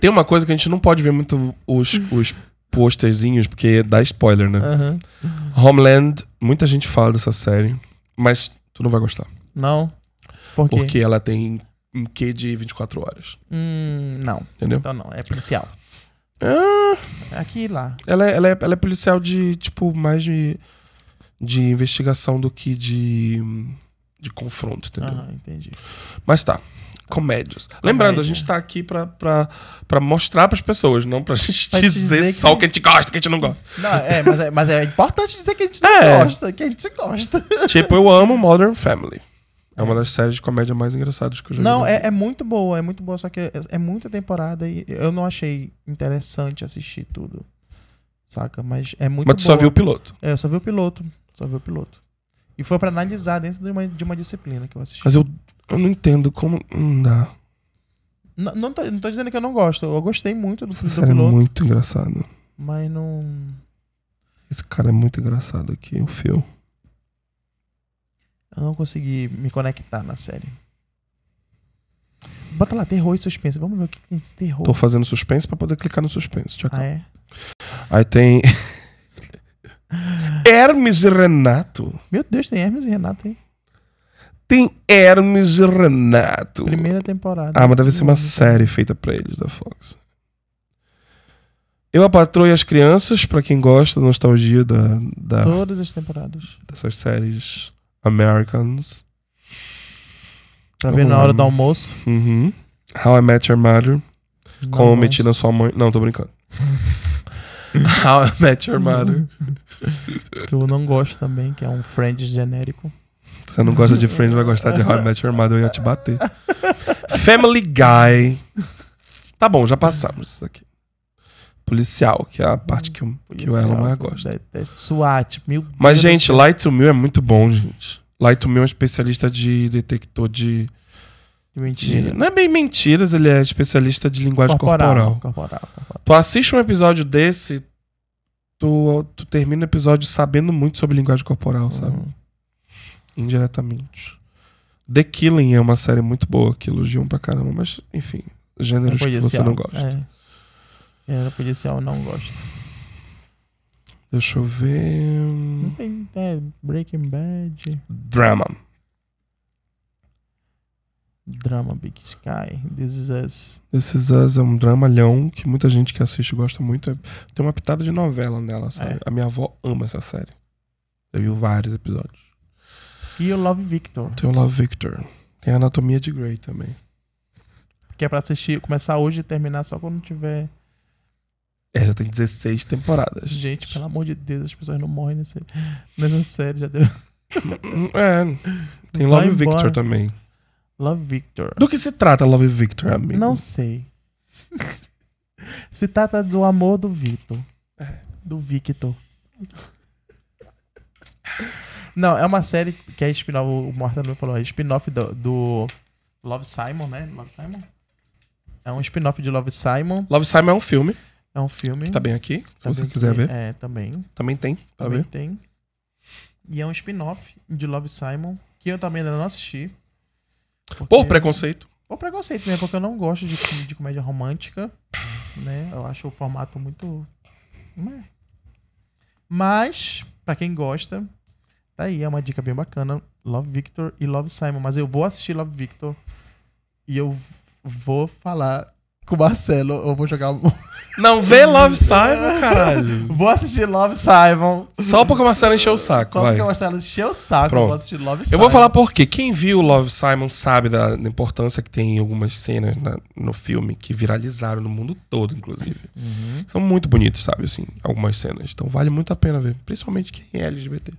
tem uma coisa que a gente não pode ver muito os, os posterzinhos, porque dá spoiler, né? Aham. É. Homeland, muita gente fala dessa série, mas tu não vai gostar. Não. Por quê? Porque ela tem um quê de 24 horas, Hum, não. entendeu? Então não. É policial. Ah, Aqui e lá. ela, é, ela, é, ela é policial de, tipo, mais de, de investigação do que de, de confronto, entendeu? Aham, entendi. Mas tá. Comédias. Lembrando, a gente tá aqui pra, pra, pra mostrar pras pessoas, não pra gente Pra te dizer, dizer só que- o que a gente gosta, o que a gente não gosta. Não, é, mas é, mas é importante dizer que a gente não É. gosta. Que a gente gosta. tipo, eu amo Modern Family. É uma das séries de comédia mais engraçadas que eu já vi. Não, é, é muito boa, é muito boa, só que é, é muita temporada e eu não achei interessante assistir tudo. Saca? Mas é muito Mas tu só boa. viu o piloto. É, eu só vi o piloto. Só vi o piloto. E foi pra analisar dentro de uma, de uma disciplina que eu assisti. Mas eu, eu não entendo como. Não dá. N- Não, tô, não tô dizendo que eu não gosto. Eu gostei muito do, do Essa série é piloto, muito engraçado. mas não. Esse cara é muito engraçado aqui, o Phil. Eu não consegui me conectar na série. Bota lá, terror e suspense. Vamos ver o que tem de terror. Tô fazendo suspense pra poder clicar no suspense. Tchau. Ah, é? Aí tem. Hermes e Renato. Meu Deus, tem Hermes e Renato, hein? Tem Hermes e Renato. Primeira temporada. Ah, mas deve ser uma série feita pra eles da Fox. Eu a Patroa e as crianças, pra quem gosta da nostalgia da, da- Todas as temporadas. dessas séries Americans. Pra Eu ver não na hora lembro. do almoço. Uhum. How I Met Your Mother. Não Como eu gosto. meti na sua mãe. Não, tô brincando. How I Met Your Uhum. Mother. Que eu não gosto também, que é um friend genérico. Você não gosta de Friends, vai gostar de How I Met Your Mother. Eu ia te bater. Family Guy. Tá bom, já passamos isso aqui. Policial, que é a parte que eu, que eu ela mais gosta. gosta. é, SWAT, meu Mas, Deus do gente, céu. Light to Me é muito bom, gente. Light to Me é um especialista de detector de. de- Mentira. não é bem mentiras, ele é especialista de linguagem corporal. Corporal. Corporal, corporal. Tu assiste um episódio desse, tu, tu termina o episódio sabendo muito sobre linguagem corporal, sabe? Uhum. Indiretamente. The Killing é uma série muito boa que elogiam pra caramba, mas, enfim, gêneros que você policial. não gosta. É. Era policial, não gosto. Deixa eu ver. Não tem é, Breaking Bad, Drama. Drama Big Sky, This Is Us. This Is Us é um dramalhão que muita gente que assiste gosta muito. É- Tem uma pitada de novela nela, sabe? É. A minha avó ama essa série. Eu vi vários episódios. E o Love Victor, Tem o Love Victor. Tem a Anatomia de Grey também. que é pra assistir, começar hoje e terminar só quando tiver. É, já tem 16 temporadas. Gente, pelo amor de Deus, as pessoas não morrem nesse, nessa série, já deu. é. Tem Love Vai embora. Victor também. Love Victor. Do que se trata Love Victor, amigo? Não sei. Se trata do amor do Vitor. É. Do Victor. Não, é uma série que é spin-off, o Marcelo falou, é spin-off do, do Love Simon, né? Love Simon? É um spin-off de Love Simon, Love Simon é um filme é um filme. que tá bem aqui. Se Também você que- quiser ver, É, também. também tem pra também ver. tem. E é um spin-off de Love Simon, que eu também ainda não assisti. Por porque- preconceito. ou É um preconceito mesmo, porque eu não gosto de, com- de comédia romântica, né? Eu acho o formato muito. né? Mas, pra quem gosta, tá aí, é uma dica bem bacana. Love Victor e Love Simon. Mas eu vou assistir Love Victor e eu vou falar com o Marcelo. Eu vou jogar. um- Não vê É. Love Simon, caralho. vou assistir Love Simon. Só porque o Marcelo encheu o saco, Só vai. porque o Marcelo encheu o saco, eu Pronto. vou assistir Love Eu Simon. vou falar por quê. Quem viu Love Simon sabe da, da importância que tem em algumas cenas na- no filme que viralizaram no mundo todo, inclusive. Uhum. São muito bonitos, sabe, assim, algumas cenas. Então vale muito a pena ver, principalmente quem é LGBT,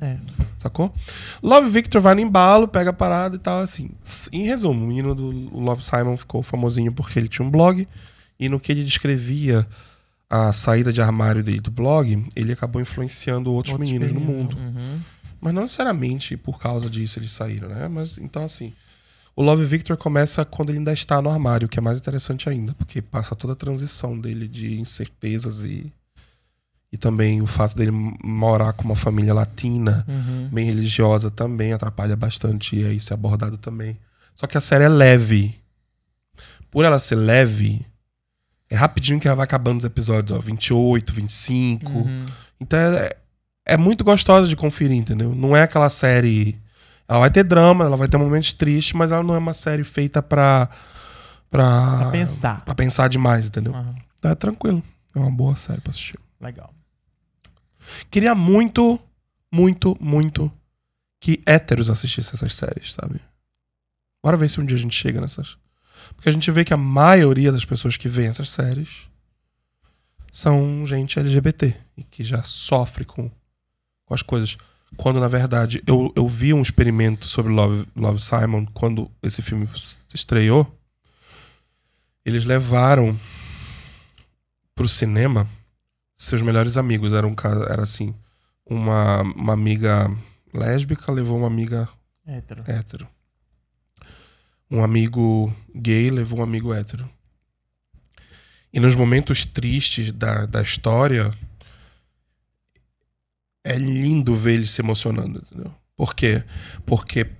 É. sacou? Love Victor vai no embalo, pega a parada e tal, assim. S- Em resumo, o menino do Love Simon ficou famosinho porque ele tinha um blog e no que ele descrevia a saída de armário dele do blog, ele acabou influenciando outros, meninos no mundo. Uhum. Mas não necessariamente por causa disso eles saíram, né? Mas então assim, o Love Victor começa quando ele ainda está no armário, que é mais interessante ainda, porque passa toda a transição dele de incertezas e, E também o fato dele morar com uma família latina, Uhum. bem religiosa, também atrapalha bastante. E é isso é abordado também. Só que a série é leve. Por ela ser leve, é rapidinho que ela vai acabando os episódios, ó, 28, 25. Uhum. Então é, é muito gostosa de conferir, entendeu? Não é aquela série. Ela vai ter drama, ela vai ter momentos tristes, mas ela não é uma série feita pra. pra. Pra pensar. pra pensar demais, entendeu? Aham. É tranquilo. É uma boa série pra assistir. Legal. Queria muito, muito, muito que héteros assistissem essas séries, sabe? Bora ver se um dia a gente chega nessas. Porque a gente vê que a maioria das pessoas que vêem essas séries são gente LGBT e que já sofre com, com as coisas. Quando, na verdade, eu, eu vi um experimento sobre Love, Love Simon quando esse filme se estreou. Eles levaram pro cinema seus melhores amigos. Era, um, ca- era assim: uma, uma amiga lésbica levou uma amiga Hétero. hétero. Um amigo gay levou um amigo hétero. E nos momentos tristes da, da história, é lindo ver eles se emocionando, entendeu? Por quê? Porque,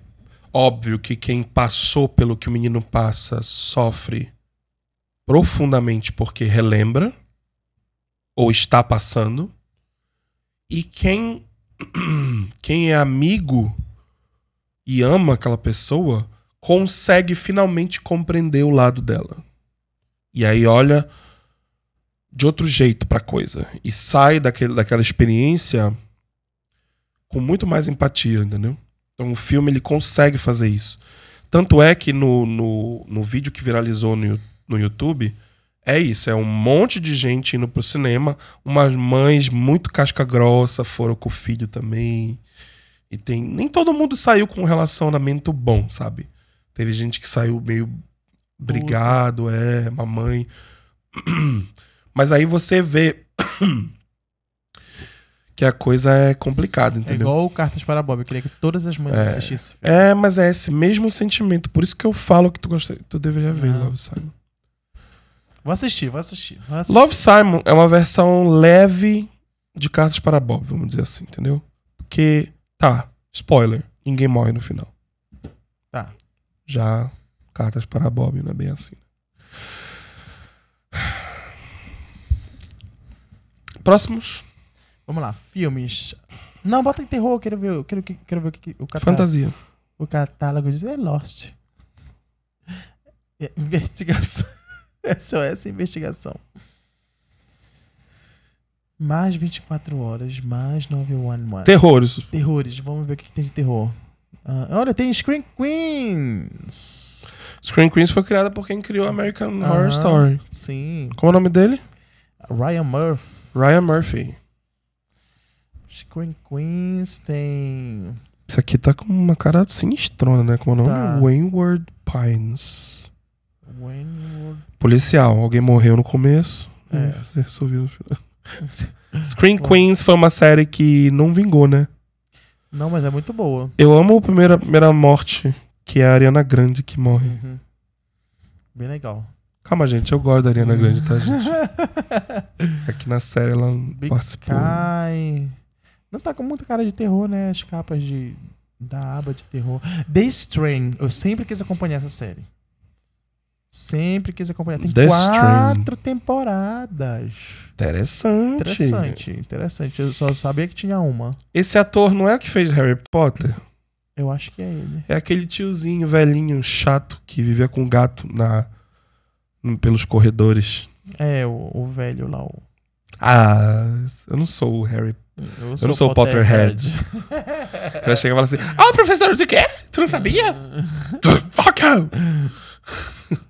óbvio que quem passou pelo que o menino passa sofre profundamente porque relembra ou está passando. E quem, quem é amigo e ama aquela pessoa, consegue finalmente compreender o lado dela. E aí olha de outro jeito pra coisa. E sai daquele, daquela experiência com muito mais empatia, entendeu? Então o filme ele consegue fazer isso. Tanto é que no, no, no vídeo que viralizou no, Yu- no YouTube, é isso, é um monte de gente indo pro cinema, umas mães muito casca grossa foram com o filho também. E tem. Nem todo mundo saiu com um relacionamento bom, sabe? Teve gente que saiu meio brigado, é, mamãe. Mas aí você vê que a coisa é complicada, É entendeu? igual o Cartas para Bob. Eu queria que todas as mães É. assistissem. É, mas é esse mesmo sentimento. Por isso que eu falo que tu, gostaria, tu deveria ver Não. Love Simon. Vou assistir, vou assistir. Vou assistir. Love Simon é uma versão leve de Cartas para Bob, vamos dizer assim, entendeu? Porque, tá, spoiler, ninguém morre no final. Tá. Já Cartas para Bob não é bem assim. Próximos? Vamos lá, filmes. Não, bota em terror, eu quero ver, eu quero, que- quero ver o que que- o, catá- Fantasia. o catálogo diz. É Lost. É, investigação. SOS investigação. Mais 24 horas, mais 911. Terrores. Terrores, vamos ver o que, que tem de terror. Ah, olha, tem Scream Queens. Screen Queens foi criada por quem criou American Horror Aham. Story. Sim. Como é o nome dele? Ryan Murphy. Ryan Murphy. Scream Queens tem. Isso aqui tá com uma cara sinistrona, né? Como é o nome? Tá. Wayward Pines. Waynewood. Policial. Alguém morreu no começo. É. É. Você resolveu no final. Screen Queens foi uma série que não vingou, né? Não, mas é muito boa. Eu amo a primeira, a primeira morte, que é a Ariana Grande que morre. Uhum. Bem legal. Calma, gente. Eu gosto da Ariana Grande, tá, gente? Aqui na série ela Big participou. Sky. Não tá com muita cara de terror, né? As capas de, da aba de terror. The Strain. Eu sempre quis acompanhar essa série. Sempre quis acompanhar. Tem The quatro temporadas. Interessante. Interessante, interessante. Eu só sabia que tinha uma. Esse ator não é o que fez Harry Potter? Eu acho que é ele. É aquele tiozinho velhinho chato que vivia com gato na pelos corredores. É, o, o velho lá. O, Ah, eu não sou o Harry. eu, não sou o Potterhead. Tu vai chegar e falar assim: Ah, professor, você quer? Tu não sabia? Fuck! you."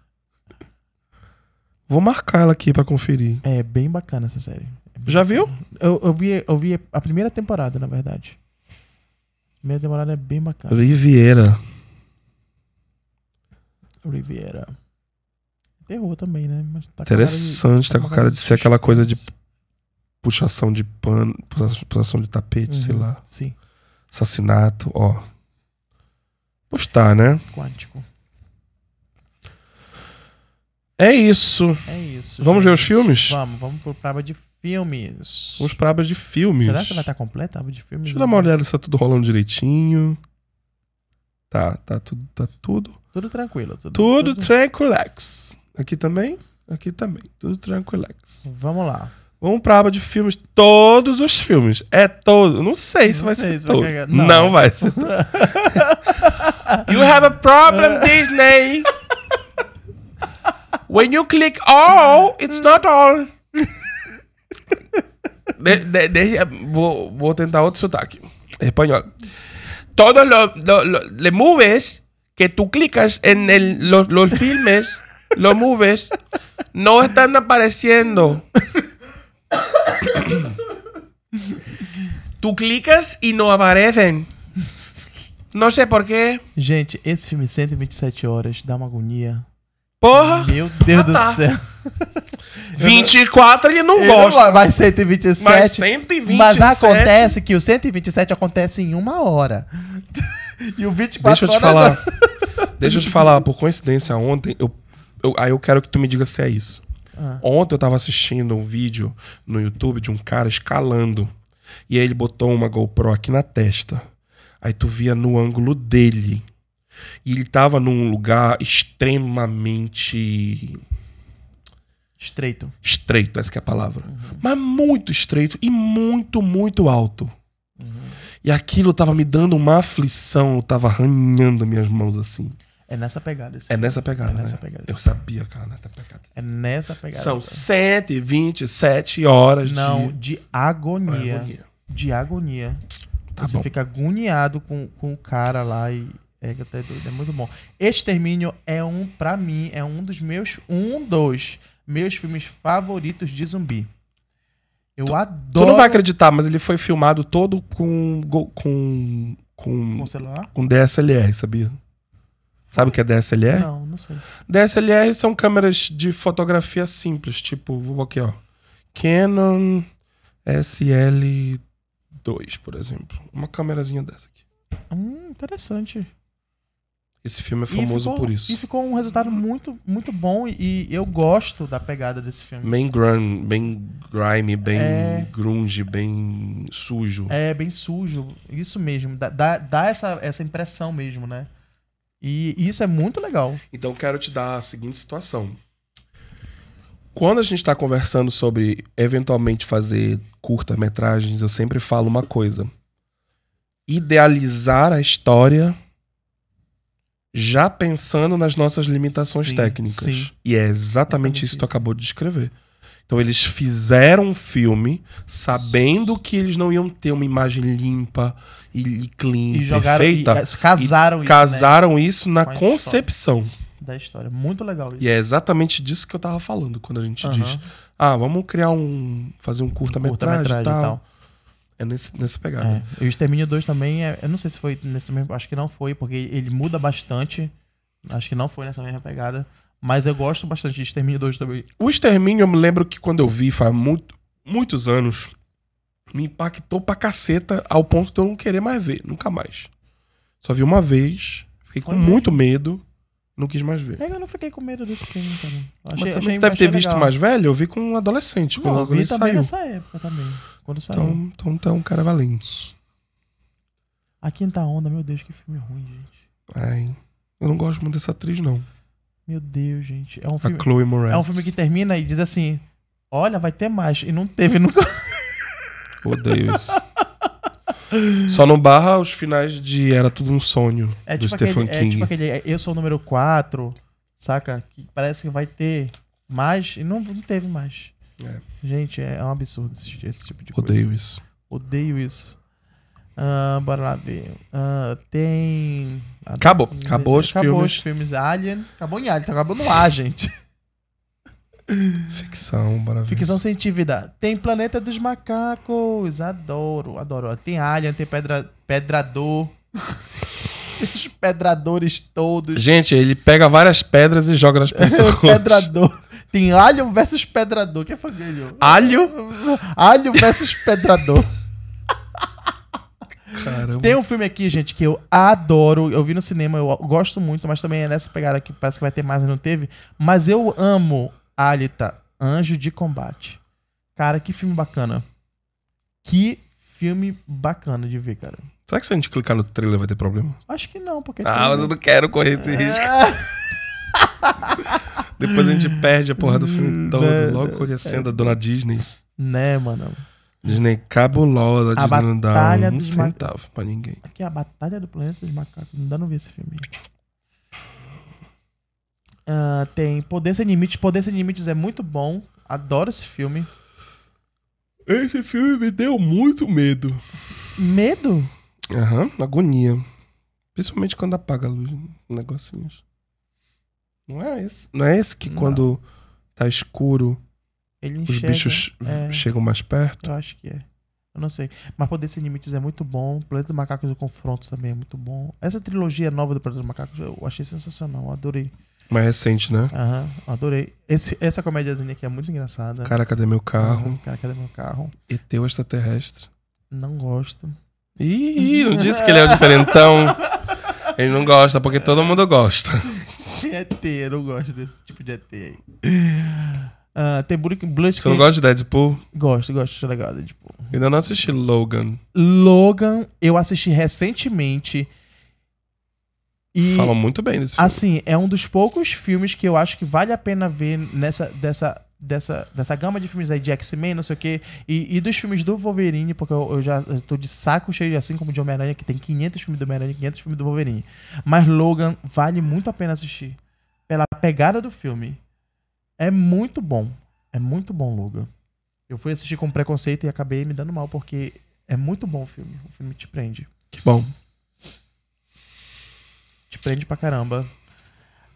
Vou marcar ela aqui pra conferir. É bem bacana essa série. É bem Já viu? Eu, eu, vi, eu vi a primeira temporada, na verdade. A primeira temporada é bem bacana. Riviera. Riviera. Terror também, né? Mas tá com cara de- Interessante, tá com cara de ser aquela coisa de puxação de pano, puxa- puxação de tapete, sei Uhum, lá. Sim, Assassinato, ó. Gostar, né? quântico. É isso. É isso. É Vamos ver os filmes? É Vamos, vamos pro prava de Filmes. Vamos pra aba de filmes. Será que vai tá estar completa a aba de filmes? Deixa eu dar uma olhada se tá tudo rolando direitinho. Tá, tá tudo. Tá tudo. Tudo tranquilo. Tudo, Tudo tranquilex. Aqui também? Aqui também. Tudo tranquilex. Vamos lá. Vamos pra aba de filmes. Todos os filmes. É todo. Não sei se Não vai sei ser se vai todo. cagar. Não. não. vai ser todo. you have a problem, Disney. When you click all, it's not all. De- de- de- vou, vou tentar outro sotaque. Espanhol. Todos los, los- los- los movies que tú clicas en el- los, los filmes, los movies, no están apareciendo. Tú clicas y no aparecen. No sé por quê. Gente, esse filme 127 horas dá uma agonia. Porra! Meu Deus do tá. céu. 24 ele não Ah, Ele gosta. vai- Vai 127. Mas 127. Mas acontece que o 127 acontece em uma hora. E o Deixa 24 eu te horas é falar. Deixa eu te falar, por coincidência, ontem eu, eu- aí eu quero que tu me diga se é isso. Ah. Ontem eu tava assistindo um vídeo no YouTube de um cara escalando. E aí ele botou uma GoPro aqui na testa. Aí tu via no ângulo dele. E ele tava num lugar extremamente Estreito. estreito, essa que é a palavra. Uhum. Mas muito estreito e muito, muito alto. Uhum. E aquilo tava me dando uma aflição, eu tava arranhando minhas mãos assim. É nessa pegada. esse É filme. nessa pegada, É nessa né? pegada. Eu sabia, cara, nessa pegada. É nessa pegada. São 127 horas Não, de É, de agonia. agonia. De agonia. Tá Você bom. fica agoniado com, com o cara lá e. É, que até doido, é muito bom. Extermínio é um, pra mim, é um dos meus. Um dos meus filmes favoritos de zumbi. Eu Tu adoro. não vai acreditar, mas ele foi filmado todo com go- com Com com, o celular? com DSLR, sabia? Sabe o que é DSLR? Não, não sei. DSLR são câmeras de fotografia simples, tipo, vou aqui, ó. Canon SL2, por exemplo. Uma câmerazinha dessa aqui. Hum, interessante. Esse filme é E famoso ficou- por E isso. ficou um resultado muito, muito bom e eu gosto da pegada desse filme. Bem, grun, bem grime, bem É. grunge, bem sujo. É bem sujo, isso mesmo. Dá, dá, dá essa, essa impressão mesmo, né? E isso é muito legal. Então quero te dar a seguinte situação. Quando a gente está conversando sobre eventualmente fazer curta-metragens, eu sempre falo uma coisa. Idealizar a história já pensando nas nossas limitações Sim, técnicas. sim. E é exatamente Exatamente isso que isso. tu acabou de descrever. Então eles fizeram um filme sabendo que eles não iam ter uma imagem limpa e, e clean, E jogaram. e- perfeita. e casaram isso. né? Casaram isso na Com a história. concepção. Da história. Muito legal isso. E é exatamente disso que eu tava falando quando a gente Aham. diz: ah, vamos criar um. fazer um curta-metragem e tal. tal. É nesse, nessa pegada. É. E o Extermínio 2 também, é- eu não sei se foi nesse mesmo. Acho que não foi, porque ele muda bastante. Acho que não foi nessa mesma pegada. Mas eu gosto bastante de Extermínio 2 também. O Extermínio, eu me lembro que quando eu vi faz muito, muitos anos, me impactou pra caceta ao ponto de eu não querer mais ver, nunca mais. Só vi uma vez, fiquei com Olha muito medo, não quis mais ver. É, eu não fiquei com medo desse filme, cara. Eu Mas Achei, também achei- tu deve ter achei visto legal. mais velho, eu vi com um adolescente, Não, quando eu ele vi também saiu. nessa época também. Quando saiu. Então, então, então, cara valente. A Quinta Onda, meu Deus, que filme ruim, gente. Ai, eu não gosto muito dessa atriz, não. Meu Deus, gente. É um A filme, Chloe Moretz. é um filme que termina e diz assim: Olha, vai ter mais. E não teve nunca. Odeio isso. Só não barra os finais de Era Tudo um Sonho É do tipo, Stephen aquele, é King. tipo aquele é, Eu Sou o Número 4, saca? Que parece que vai ter mais e não, não teve mais. É. Gente, é um absurdo esse, esse tipo de coisa. Odeio isso. Odeio isso. Ah, bora lá ver. Ah, tem. Acabou. Acabou os Acabou filmes. os filmes Alien. Acabou em Alien, tá acabando no ar, gente. Ficção, maravilha. Ficção científica. Tem Planeta dos Macacos. Adoro, adoro. Tem Alien, tem pedra, Pedrador. Os pedradores todos. Gente, ele pega várias pedras e joga nas pessoas. pedrador. Tem Alien versus Pedrador. Quem foi que ganhou? Ah. Alho? Alien versus Pedrador. Caramba. Tem um filme aqui, gente, que eu adoro. Eu vi no cinema, eu gosto muito, mas também é nessa pegada que parece que vai ter mais e não teve. Mas eu amo Alita, Anjo de Combate. Cara, que filme bacana. Que filme bacana de ver, cara. Será que se a gente clicar no trailer vai ter problema? Acho que não, porque. Ah, mas eu não quero correr esse risco. Depois a gente perde a porra do filme todo. Né, Logo quando a cena da dona Disney. Né, mano? Disney cabulosa, A Disney não dá Batalha um dos Ma- centavo pra ninguém. Aqui é a Batalha do Planeta dos Macacos. Não dá não ver esse filme. Ah, tem Poder Sem Limites. Poder Sem Limites é muito bom. Adoro esse filme. Esse filme me deu muito medo. Medo? Aham, agonia. Principalmente quando apaga a luz, negocinhos. Não é esse, não é esse que Não. quando tá escuro Ele os enxerga. bichos é. chegam mais perto? Eu acho que é. Eu não sei. Mas Poder Sem Limites é muito bom. Planeta dos Macacos e o Confronto também é muito bom. Essa trilogia nova do Planeta dos Macacos eu achei sensacional. eu Adorei. Mais recente, né? Aham, adorei. Esse, essa comédiazinha aqui é muito engraçada. Cara, cadê meu carro? Aham, Cara, cadê meu carro? E teu extraterrestre. Não gosto. Ih, Uhum. não disse que ele é o diferentão. Ele não gosta, porque todo mundo gosta. ET, é eu não gosto desse tipo de ET aí. Ah, tem Breaking Blood Você não gosta de Deadpool? Gosto, gosto, acho legal. né, Tipo... Eu ainda não assisti Logan. Logan, eu assisti recentemente. E, Falam muito bem desse filme. assim, é um dos poucos filmes que eu acho que vale a pena ver nessa, dessa, dessa, dessa gama de filmes aí de X-Men, não sei o quê. E, e dos filmes do Wolverine, porque eu, eu já eu tô de saco cheio, assim como de Homem-Aranha, que tem 500 filmes do Homem-Aranha, 500 filmes do Wolverine. Mas Logan vale muito a pena assistir. Pela pegada do filme. É muito bom. É muito bom, Logan. Eu fui assistir com preconceito e acabei me dando mal, porque é muito bom o filme. O filme te prende. Que bom. Te prende pra caramba.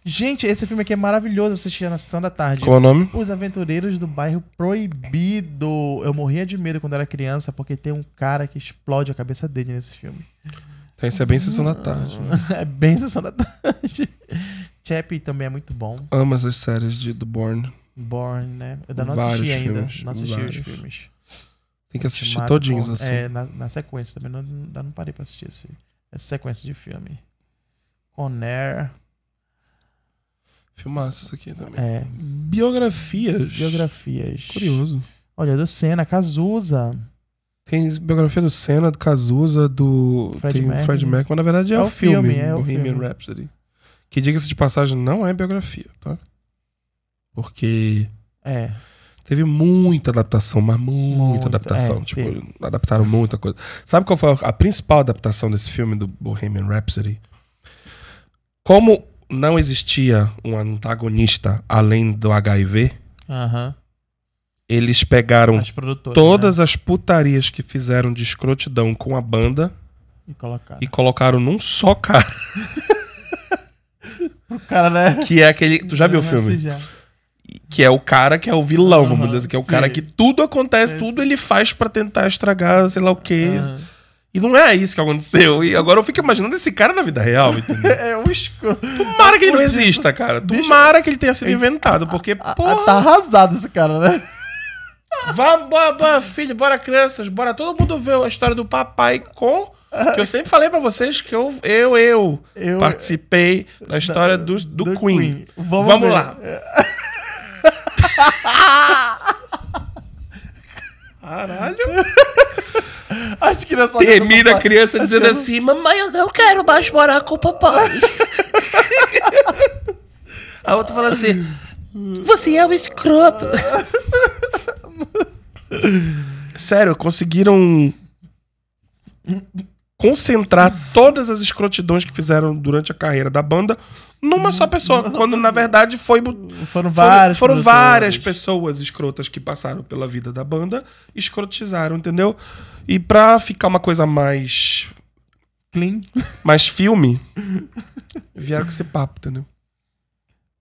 Gente, esse filme aqui é maravilhoso. Assistia na sessão da tarde. Qual é o nome? Os Aventureiros do Bairro Proibido. Eu morria de medo quando era criança porque tem um cara que explode a cabeça dele nesse filme. Então isso é bem Sessão da Tarde. né? É bem sessão da tarde. Chappie também é muito bom. Amo essas séries de, do Born. Born, né? Eu ainda não Vários assisti ainda. filmes, não assisti vários. os filmes. Tem que assistir Ultimato, todinhos, Born. assim. É, na, na sequência também. Não, não, não parei pra assistir esse, essa sequência de filme. Conair. Filmaço isso aqui também. É, Biografias. biografias. é Curioso. Olha, do Senna, Cazuza. Tem biografia do Senna, do Cazuza, do Fred tem o Mercury. Fred Mercury. Mas na verdade é, o filme, é Bohemian Rhapsody. Que diga-se de passagem, não é biografia, tá? Porque É. teve muita adaptação, mas muita, Muita, adaptação. é, tipo, teve. adaptaram muita coisa. Sabe qual foi a- a principal adaptação desse filme do Bohemian Rhapsody? Como não existia um antagonista além do HIV, Aham. eles pegaram As produtoras. todas as putarias que fizeram de escrotidão com a banda né? E colocar. e colocaram num só cara, O cara, né? que é aquele, tu já viu o Esse filme? já. Que é o cara que é o vilão, Aham, vamos dizer assim, que é o sim. cara que tudo acontece, É, tudo ele faz pra tentar estragar, sei lá o quê. Aham. E não é isso que aconteceu. E agora eu fico imaginando esse cara na vida real, entendeu? É um escuro. Tomara que ele não exista, cara. Bicho, Tomara que ele tenha sido inventado, porque, porra, tá arrasado esse cara, né? Vá, bora, bora, filho, bora, crianças, bora todo mundo ver a história do papai com. Que eu sempre falei pra vocês que eu, eu, eu, Eu- participei da história do, do, Queen. Vamos, Vamos ver. lá. Caralho. As crianças olham Termina pra a criança dizendo assim: Mamãe, eu não quero mais morar com o papai. a outra fala assim: Você é um escroto. Sério, conseguiram concentrar todas as escrotidões que fizeram durante a carreira da banda numa só pessoa, quando na verdade foi bu- papai. Foram foram- várias. Foram, produtoras. várias pessoas escrotas que passaram pela vida da banda, escrotizaram, entendeu? E pra ficar uma coisa mais. Clean. mais filme, vieram com esse papo, entendeu?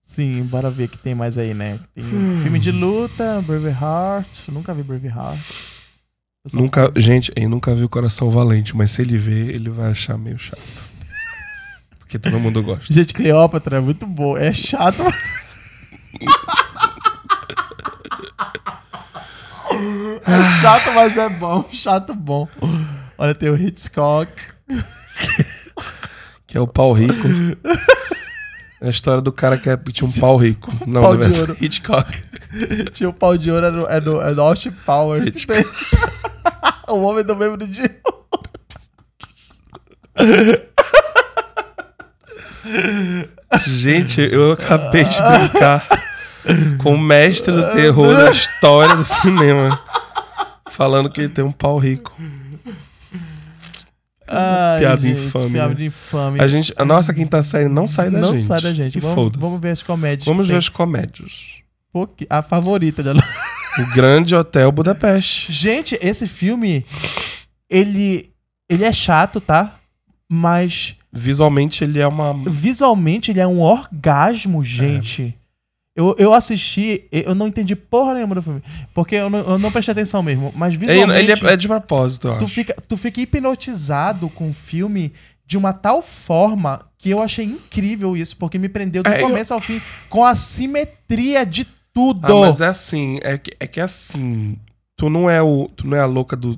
Sim, bora ver o que tem mais aí, né? Tem filme de luta, Braveheart. Nunca vi Braveheart. Eu só- Nunca, gente, eu nunca vi o Coração Valente, mas se ele ver, ele vai achar meio chato. Porque todo mundo gosta. Gente, Cleópatra é muito boa. É chato, mas... É chato, mas é bom. Chato bom. Olha, tem o Hitchcock. Que é o pau rico. É a história do cara que é- tinha um pau rico. Não, Pau na de verdade, ouro. Hitchcock. Tinha o pau de ouro, é no, é no, é no Austin Powers. o homem do membro de ouro. Gente, eu acabei de brincar com o mestre do terror da história do cinema. Falando que ele tem um pau rico. Ai, Piada infame, Piada né? infame. A gente, a nossa quinta série não sai da não gente. sai da gente. E Vamos, foda-se. vamos ver as comédias. Vamos que ver tem. as comédias. Pouqui- A favorita da O Grande Hotel Budapeste. Gente, esse filme, ele, ele é chato, tá? Mas Visualmente ele é uma. visualmente ele é um É. orgasmo, gente. Eu, eu assisti, eu não entendi porra nenhuma do filme. Porque eu não, eu não prestei atenção mesmo. Mas Ele, visualmente, ele é, é de propósito, eu tu, acho. fica, tu fica hipnotizado com o filme de uma tal forma que eu achei incrível isso. Porque me prendeu do É, eu- começo ao fim com a simetria de tudo. Ah, mas é assim, é que, é que é assim. Tu não é o. Tu não é a louca do.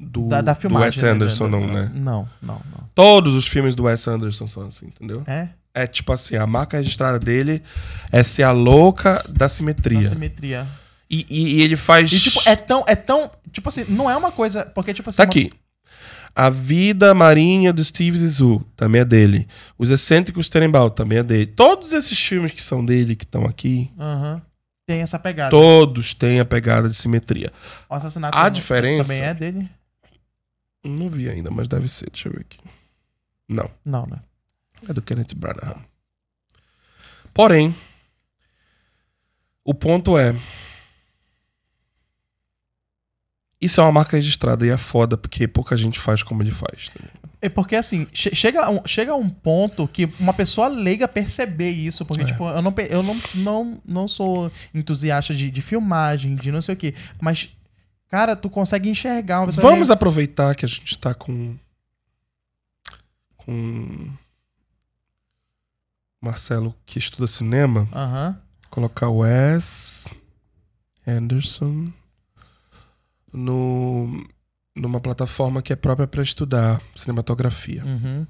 Do, da, da do filmagem. Wes né? Anderson, Da- não, né? Não, não, não. Todos os filmes do Wes Anderson são assim, entendeu? É? É tipo assim, a marca registrada dele é ser a louca da simetria. Da simetria. E, e- e ele faz. E, tipo, é tão, é tão. Tipo assim, não é uma coisa. Porque, tipo assim. Tá aqui. A vida marinha do Steve Zissou também é dele. Os excêntricos Terenbaum também é dele. Todos esses filmes que são dele, que estão aqui, uma- Aham. Tem essa pegada. todos têm a pegada de simetria. O assassinato A também- diferença- também é dele? Não vi ainda, mas deve ser. Deixa eu ver aqui. Não. Não, né? É do Kenneth Branagh. Porém, o ponto é. Isso é uma marca registrada e é foda, porque pouca gente faz como ele faz. tá ligado? É porque assim, che- chega, a um, chega a um ponto que uma pessoa leiga perceber isso, porque, É. tipo, eu, não, pe- eu não, não, não sou entusiasta de, de filmagem, de não sei o quê. Mas, cara, tu consegue enxergar uma pessoa Vamos leiga- aproveitar que a gente tá com. Com. Marcelo, que estuda cinema, Aham. colocar Wes Anderson no, numa plataforma que é própria pra estudar cinematografia. Uhum.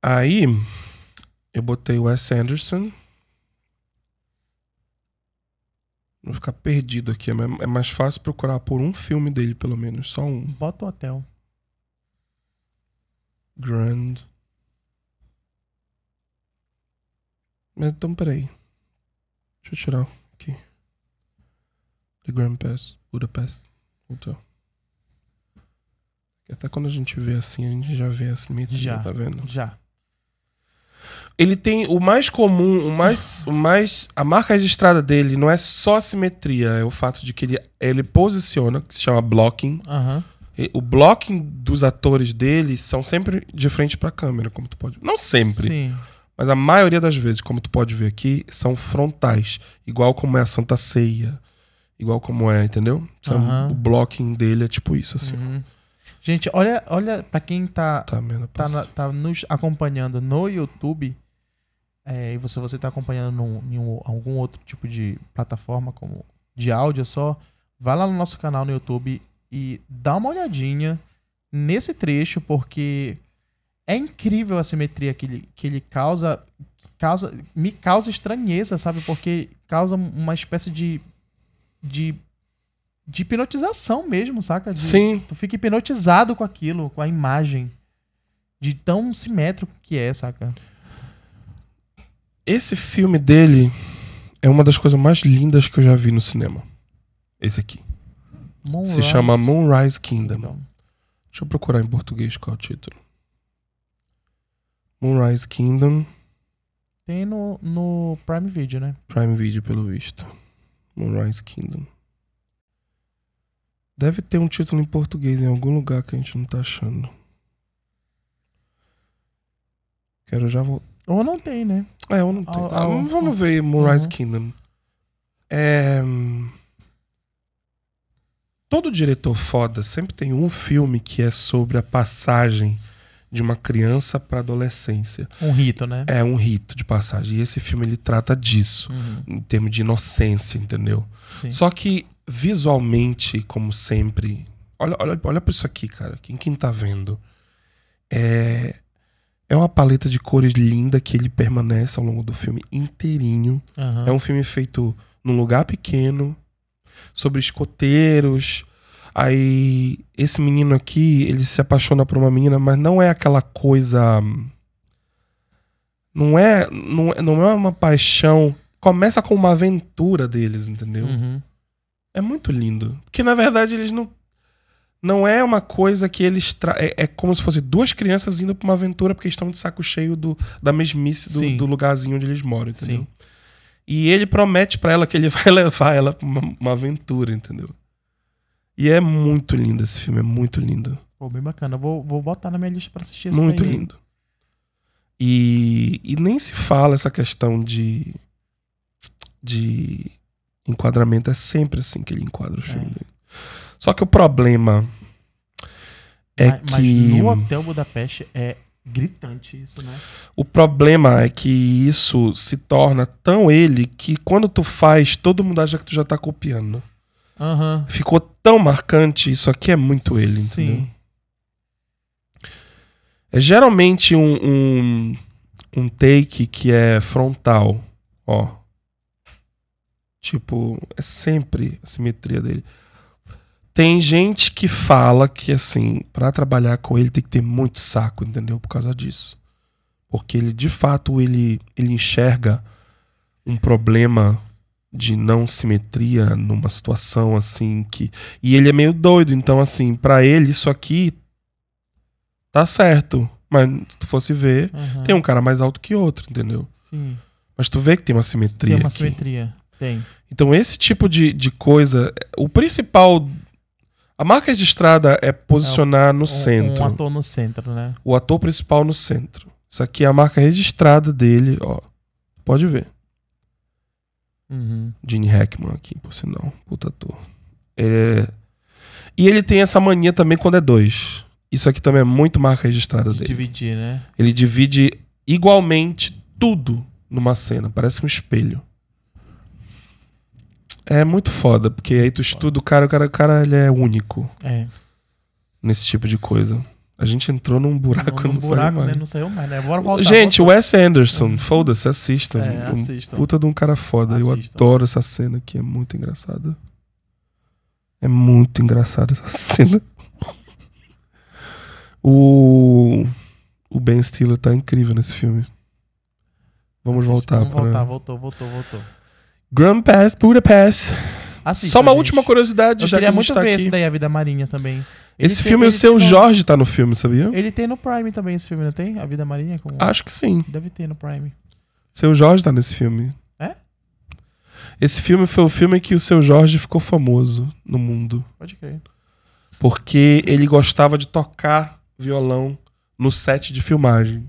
Aí eu botei o Wes Anderson. Vou ficar perdido aqui. É ma- é mais fácil procurar por um filme dele, pelo menos. Só um. Bota o hotel. Grand. Mas então, peraí. Deixa eu tirar aqui. The Grand Pass, Budapest. Hotel. Até quando a gente vê assim, a gente já vê a simetria, Já. tá vendo? Já. ele tem o mais comum, o mais, o mais. A marca registrada dele não é só a simetria, é o fato de que ele, ele posiciona, que se chama blocking. Aham. E o blocking dos atores dele são sempre de frente pra câmera, como tu pode. Não sempre, Sim. mas a maioria das vezes, como tu pode ver aqui, são frontais. Igual como é a Santa Ceia. Igual como é, entendeu? São- Aham. O blocking dele é tipo isso, assim. Uhum. Gente, olha, olha pra quem tá, Tá, mano, tá, na- tá nos acompanhando no YouTube, é, e você, você tá acompanhando num- em um- algum outro tipo de plataforma, como de áudio é só, vai lá no nosso canal no YouTube e dá uma olhadinha nesse trecho, porque é incrível a simetria que ele, que ele causa, causa. Me causa estranheza, sabe? Porque causa uma espécie de. de de hipnotização mesmo, saca? De- Sim. Tu fica hipnotizado com aquilo, com a imagem. De tão simétrico que é, saca? Esse filme dele é uma das coisas mais lindas que eu já vi no cinema. Esse aqui. Moonrise Se chama Moonrise Kingdom. Kingdom. Deixa eu procurar em português qual é o título. Moonrise Kingdom, Tem no, no Prime Video, né? Prime Video, pelo visto. Moonrise Kingdom. Deve ter um título em português em algum lugar que a gente não tá achando. Quero já voltar. Ou não tem, né? É, eu não tenho. Ao- tá? ao- Vamos- Vamos ver Moonrise Uhum. Kingdom. É, hum, Todo diretor foda sempre tem um filme que é sobre a passagem de uma criança pra adolescência. Um rito, né? É um rito de passagem. E esse filme ele trata disso, Uhum, em termos de inocência, entendeu? sim. Só que visualmente, como sempre. Olha, olha, olha pra isso aqui, cara. Quem, quem tá vendo? É. É É uma paleta de cores linda que ele permanece ao longo do filme inteirinho. Aham. É um filme feito num lugar pequeno, sobre escoteiros. Aí, esse menino aqui, ele se apaixona por uma menina, mas não é aquela coisa. Não é, não, é- não é uma paixão. Começa com uma aventura deles, entendeu? Uhum. É muito lindo. Porque, na verdade, eles não. Não é uma coisa que eles. Tra... É, é como se fosse duas crianças indo pra uma aventura porque estão de saco cheio do, da mesmice do, Sim. do lugarzinho onde eles moram, entendeu? Sim. E ele promete pra ela que ele vai levar ela pra uma, uma aventura, entendeu? E é muito lindo esse filme, é muito lindo. Pô, bem bacana. Vou, vou botar na minha lista pra assistir esse muito daí. lindo. E, e nem se fala essa questão de. de enquadramento. É sempre assim que ele enquadra o filme É. dele. Só que o problema é mas, que. Mas no Hotel Budapeste é gritante isso, né? O problema é que isso se torna tão ele que quando tu faz, todo mundo acha que tu já tá copiando. Aham. Ficou tão marcante, isso aqui é muito ele, Sim. entendeu? É geralmente um, um, um take que é frontal, ó. Tipo, é sempre a simetria dele. Tem gente que fala que, assim, pra trabalhar com ele tem que ter muito saco, entendeu? Por causa disso. Porque ele, de fato, ele, ele enxerga um problema de não simetria numa situação assim que. E ele é meio doido, então, assim, pra ele isso aqui tá certo. Mas se tu fosse ver, aham. tem um cara mais alto que outro, entendeu? Sim. Mas tu vê que tem uma simetria. Tem uma aqui. simetria. Tem. Então, esse tipo de, de coisa. O principal. A marca registrada é posicionar no um, centro. Um ator no centro, né? O ator principal no centro. Isso aqui é a marca registrada dele, ó. Pode ver. Uhum. Gene Hackman aqui, por sinal. Puta ator. É... E ele tem essa mania também quando é dois. Isso aqui também é muito marca registrada De dele. dividir, né? Ele divide igualmente tudo numa cena. Parece um espelho. É muito foda, porque aí tu estuda o cara, o cara, o cara ele é único É. nesse tipo de coisa. A gente entrou num buraco, Num eu não sei buraco, mais. né? Não saiu mais, né? Bora voltar. gente, Wes Anderson, foda-se, assista. volta. É, Um assistam. Puta de um cara foda. Assistam. Eu adoro essa cena aqui. É muito engraçada. É muito engraçada essa cena. o... o Ben Stiller tá incrível nesse filme. Vamos Assistam. voltar Vamos pra... voltar, voltou, voltou, voltou. Grand Pass, Budapest. Assistam, Só uma gente. última curiosidade, Eu já que queria a gente muito tá ver aqui. esse daí, é A Vida Marinha também. Ele Esse tem- filme, o ele seu tem- Jorge tá no filme, sabia? Ele tem no Prime também esse filme, não tem? A Vida Marinha? Como... Acho que sim. Deve ter no Prime. Seu Jorge tá nesse filme. É? Esse filme foi o filme que o seu Jorge ficou famoso no mundo. Pode crer. porque ele gostava de tocar violão no set de filmagem.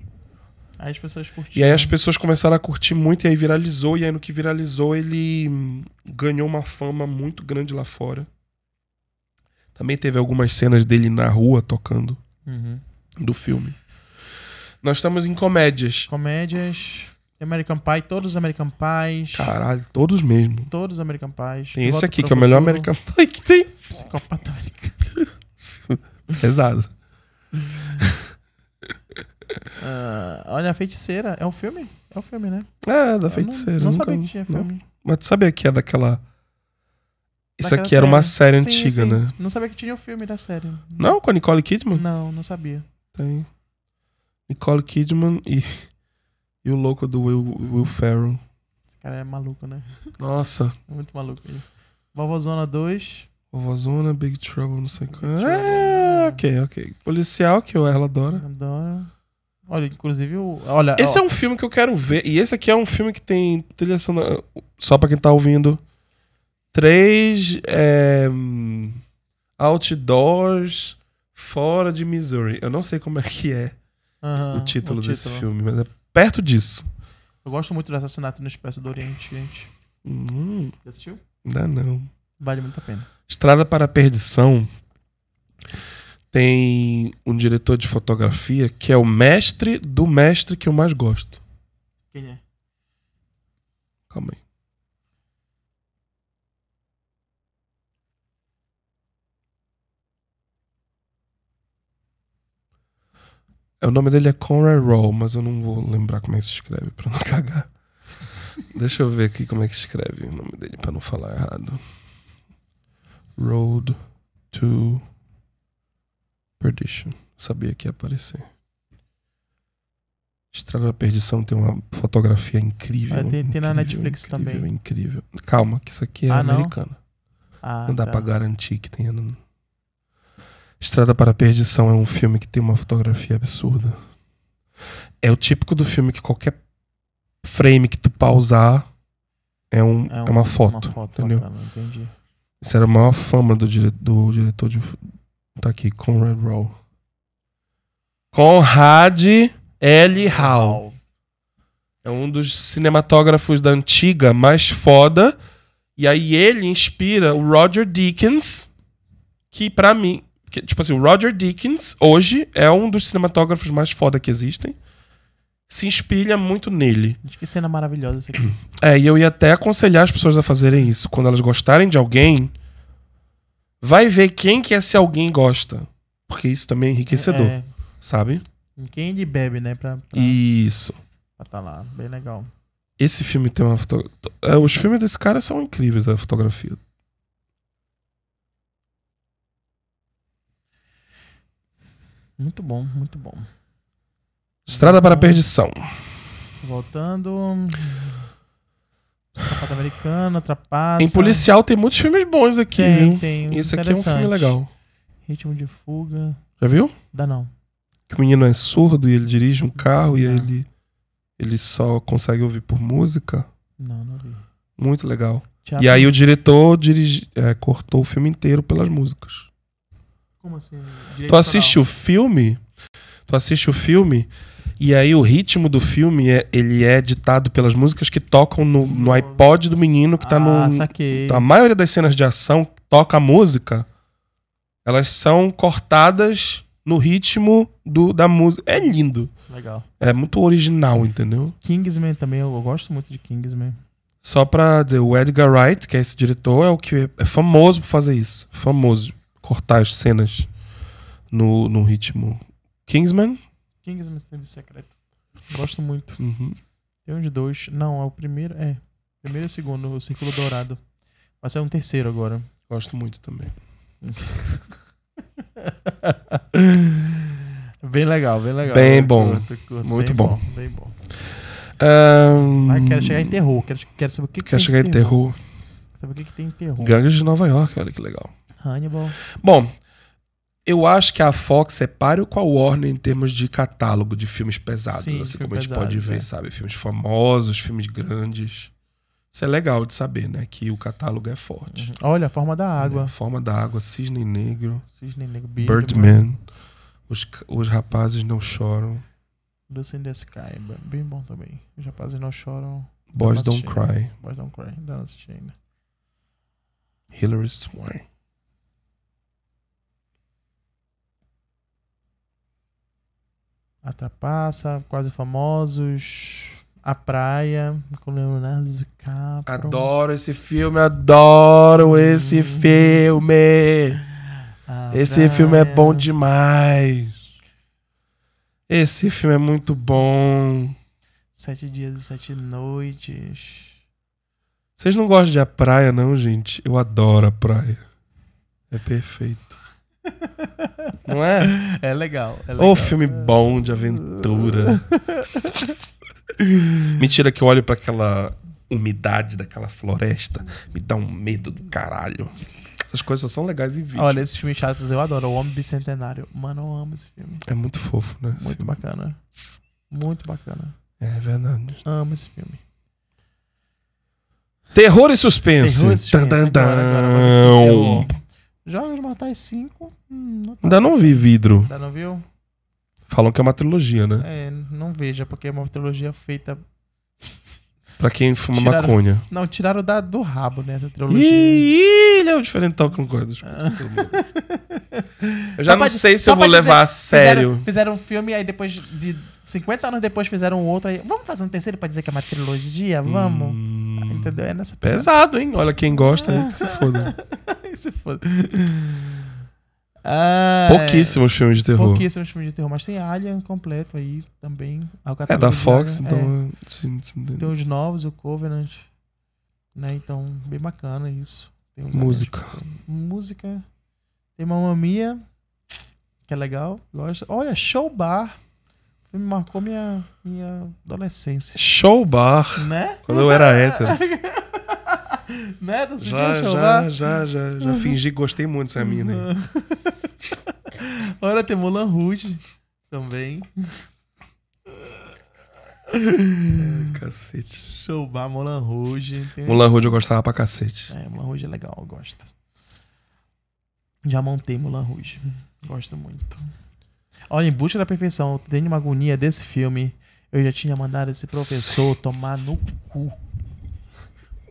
Aí as pessoas curtiram. E aí as pessoas começaram a curtir muito e aí viralizou e aí no que viralizou ele hum, ganhou uma fama muito grande lá fora. Também teve algumas cenas dele na rua tocando Uhum. do filme. Nós estamos em comédias. Comédias, American Pie, todos os American Pies. Caralho, todos mesmo. Todos os American Pies. Tem esse Volta aqui pro que é o melhor Futuro, American Pie que tem. Psicopata Americano. Pesado. Ah, olha, a Feiticeira. É um filme? É um filme, né? É, da Eu feiticeira. Não, não nunca- sabia que tinha não. filme. Mas tu sabia que é daquela. Isso Daquela aqui era uma série Sim, antiga, sim. né? Hum. Não sabia que tinha o filme da série. Não, com a Nicole Kidman? Não, não sabia. Tem. Nicole Kidman e, e o louco do Will, Will Ferrell. Esse cara é maluco, né? Nossa. Muito maluco ele. Vovozona 2. Vovozona, Big Trouble, não sei o que. Trouble. É, ok, ok. Policial, que eu ela adora. Adoro. Olha, inclusive o. Olha, Esse ó, é um filme que eu quero ver. E esse aqui é um filme que tem trilha sonora. Só pra quem tá ouvindo. Três é, hum, outdoors fora de Missouri. Eu não sei como é que é aham, o título desse título. filme, mas é perto disso. Eu gosto muito do Assassinato no Expresso do Oriente, gente. Hum, Já assistiu? dá não. Vale muito a pena. Estrada para a Perdição tem um diretor de fotografia que é o mestre do mestre que eu mais gosto. Quem é? Calma aí. O nome dele é Conrad Roll, mas eu não vou lembrar como é que se escreve pra não cagar. Deixa eu ver aqui como é que escreve o nome dele pra não falar errado. Road to Perdition. Sabia que ia aparecer. Estrada da Perdição tem uma fotografia incrível. Ah, tem- tem na incrível, Netflix incrível, também. Incrível. Calma, que isso aqui é Ah, não? americano. Ah, Não dá tá. pra garantir que tenha. no- Estrada para a Perdição é um filme que tem uma fotografia absurda. É o típico do filme que qualquer frame que tu pausar é, um, é, uma foto. entendeu? bacana, entendi. Isso era a maior fama do, dire- do diretor de. Tá aqui, Conrad Roll. Conrad L. Howe. É um dos cinematógrafos da antiga mais foda. E aí ele inspira o Roger Deakins, que pra mim, que, tipo assim, o Roger Deakins hoje é um dos cinematógrafos mais foda que existem. Se inspira muito nele. Gente, que cena maravilhosa isso aqui. É, e eu ia até aconselhar as pessoas a fazerem isso. Quando elas gostarem de alguém, vai ver quem que esse alguém gosta. Porque isso também é enriquecedor, É, sabe? quem de bebe, né? Pra, pra, Isso. pra tá lá. Bem legal. Esse filme tem uma foto... é, Os filmes desse cara são incríveis da fotografia. Muito bom, muito bom. Estrada para a Perdição. Voltando. Trapaça americana, trapaça. Em policial tem muitos filmes bons aqui, Tem, viu? tem. Esse aqui é um filme interessante. legal. Ritmo de fuga. Já viu? Dá não. Que o menino é surdo e ele dirige um carro e aí Não. ele ele só consegue ouvir por música. Não, não vi. Muito legal. Teatro- E aí o diretor dirige, é, cortou o filme inteiro pelas músicas. Como assim? Tu assiste o filme, tu assiste o filme e aí o ritmo do filme é, ele é ditado pelas músicas que tocam no, no iPod do menino que tá Hum. Ah, no, saquei. Então, a maioria das cenas de ação que toca a música, elas são cortadas no ritmo do, da música. É lindo. Legal. É muito original, entendeu? Kingsman também, eu, eu gosto muito de Kingsman. Só pra dizer, o Edgar Wright, que é esse diretor, é o que é famoso por fazer isso. Famoso. Cortar as cenas no, no ritmo. Kingsman? Kingsman Serviço Secreto. Gosto muito. Uhum. Tem um de dois. Não, é o primeiro. É. Primeiro e o segundo, o Círculo Dourado. Mas é um terceiro agora. Gosto muito também. Bem legal, bem legal. Bem Eu bom. curto, curto. Muito Bem bom. Bem bom. Ahn, Mas quero chegar em terror. Quero, quero saber o que, que Quer tem chegar de em terror? Saber o que, que tem em terror. Gangues de Nova York, olha que legal. Hannibal. Bom, eu acho que a Fox é páreo com a Warner em termos de catálogo de filmes pesados, Sim, assim filme como a gente pesado, pode ver, é. sabe? Filmes famosos, filmes grandes. Isso é legal de saber, né? Que o catálogo é forte. Né? Olha, a forma da Uhum. água. Forma da Água, Cisne Negro, Cisne Negro. Birdman. Birdman, os, Ca- os Rapazes Não Choram, Lucy in the Sky. bem- Bem bom também. Os rapazes não choram. Boys Don't assisti ainda. Cry, Boys don't cry. Ainda não assisti ainda. Hilary Swank. A Trapaça, Quase Famosos, A Praia, com Leonardo DiCaprio. Adoro esse filme, adoro esse Hum. filme. A Esse filme é Praia. bom demais. Esse filme é muito bom. Sete Dias e Sete Noites. Vocês não gostam de a praia, não, gente? Eu adoro a praia. É perfeito. Não é? É legal. É Ô, legal. filme bom de aventura. Mentira que eu olho pra aquela umidade daquela floresta. Me dá um medo do caralho. Essas coisas só são legais em vídeo. Olha, esses filmes chatos eu adoro. O Homem Bicentenário. Mano, eu amo esse filme. É muito fofo, né? Muito Sim. bacana. Muito bacana. É verdade. Amo esse filme. Terror e suspense. Terror e Tan, suspense, tan, tan. agora, agora, agora, terror. Jogos Mortais 5. hum, não tá. Ainda não vi vidro. Ainda não viu? Falam que é uma trilogia, né? É, não veja, porque é uma trilogia feita. Pra quem fuma Tiraram- maconha. Não, tiraram da, do rabo, né? Essa trilogia. Ih, ele é o diferentão que não gosta das coisas que todo mundo. Eu já Só não pra- sei se só eu vou pra dizer- levar a sério. Fizeram, fizeram um filme, aí depois de 50 anos depois fizeram outro. Aí, vamos fazer um terceiro pra dizer que é uma trilogia? Vamos. Hum, Entendeu? É nessa né? Pesado, hein? Olha quem gosta aí que se foda. Isso foda. Ah, Pouquíssimos filmes de é, terror. pouquíssimos filmes de terror, mas tem Alien completo aí também. Ah, o É catálogo da de Fox, Alien, é. então. é, sim, sim, sim. Tem os novos, o Covenant. Né? Então, bem bacana isso. Tem um uns Música. aliens. Música. Tem Mamma Mia, que é legal. Gosto. Olha, Show Bar. Me marcou minha, minha adolescência. Show Bar. Né? Quando eu era hétero. Né? Tu assistia Já, Show Bar? Uhum. já, já, já, já fingi que gostei muito dessa mina. aí. Olha, tem Mulan Rouge também. Uhum. É, Cacete. Show Bar, Mulan Rouge. Tem... Mulan Rouge eu gostava pra cacete. É, Mulan Rouge é legal, eu gosto. Já montei Mulan Rouge. Gosto muito. Olha, Em Busca da Perfeição, eu tenho uma agonia desse filme. Eu já tinha mandado esse professor tomar no cu.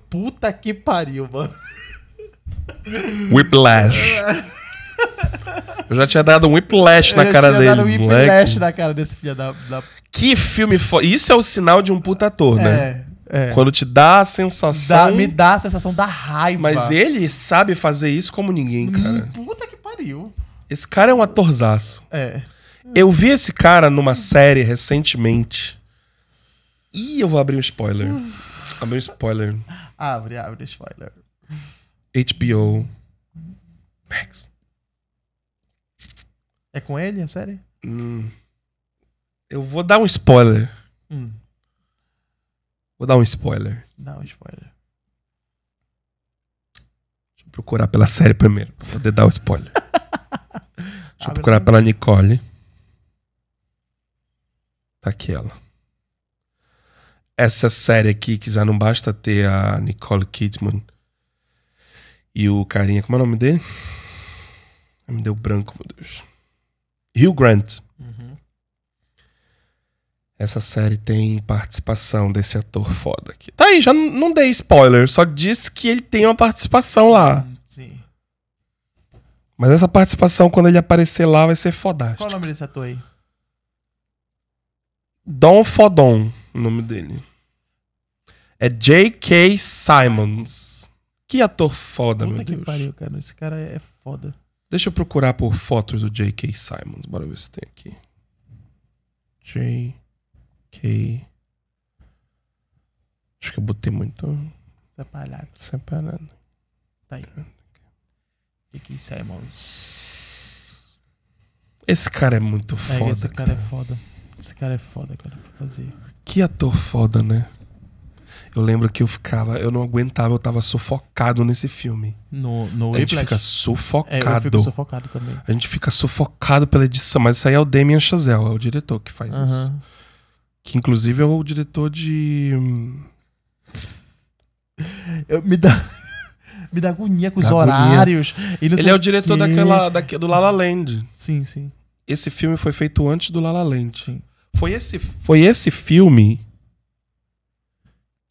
Puta que pariu, mano. Whiplash. Eu já tinha dado um whiplash na eu cara tinha dele. dado um moleque. whiplash na cara desse filho da... da... Que filme foda. Isso é o sinal de um puta ator, né? É, é. Quando te dá a sensação. Dá- me dá a sensação da raiva. Mas ele sabe fazer isso como ninguém, cara. Hum, Puta que pariu. Esse cara é um atorzaço. É. Eu vi esse cara numa série recentemente. Ih, eu vou abrir um spoiler. Abrir um spoiler. Abre, abre, spoiler. HBO Max. É com ele, é sério? Hum. Eu vou dar um spoiler. Hum, Vou dar um spoiler. dá um spoiler. Deixa eu procurar pela série primeiro, pra poder dar o spoiler. Deixa eu Abre procurar também. pela Nicole. Tá aqui ela. Essa série aqui, que já não basta ter a Nicole Kidman e o carinha, como é o nome dele? Ai, Me deu branco, meu Deus. Hugh Grant. Uhum. Essa série tem participação desse ator foda aqui. Tá aí, já n- não dei spoiler, só disse que ele tem uma participação lá. Hum, Sim. Mas essa participação, quando ele aparecer lá, vai ser Qual o fodástica. nome desse ator aí? Don Fodon, o nome dele. É J.K. Simons. Que ator foda, Puta meu que Deus. pariu, cara. Esse cara é foda. Deixa eu procurar por fotos do J.K. Simons. Bora ver se tem aqui. J.K. Acho que eu botei muito Você é palhaço. separado. Tá aí. J.K. Simons. Esse cara é muito É, foda. esse cara. cara é foda. Esse cara é foda, cara, pra fazer. Que ator foda, né? Eu lembro que eu ficava, eu não aguentava, eu tava sufocado nesse filme. No, no A gente Whiplash. fica É, eu sufocado. fico sufocado também. A gente fica sufocado pela edição, mas isso aí é o Damien Chazelle, é o diretor que faz isso. Aham. Que inclusive é o diretor de. hum, Eu, me dá... me dá agonia com os Dá agonia. horários. E não Ele sei é o diretor quê. daquela, daque- do La La Land. Sim, sim. Esse filme foi feito antes do La La Land. Sim. Foi esse, foi esse filme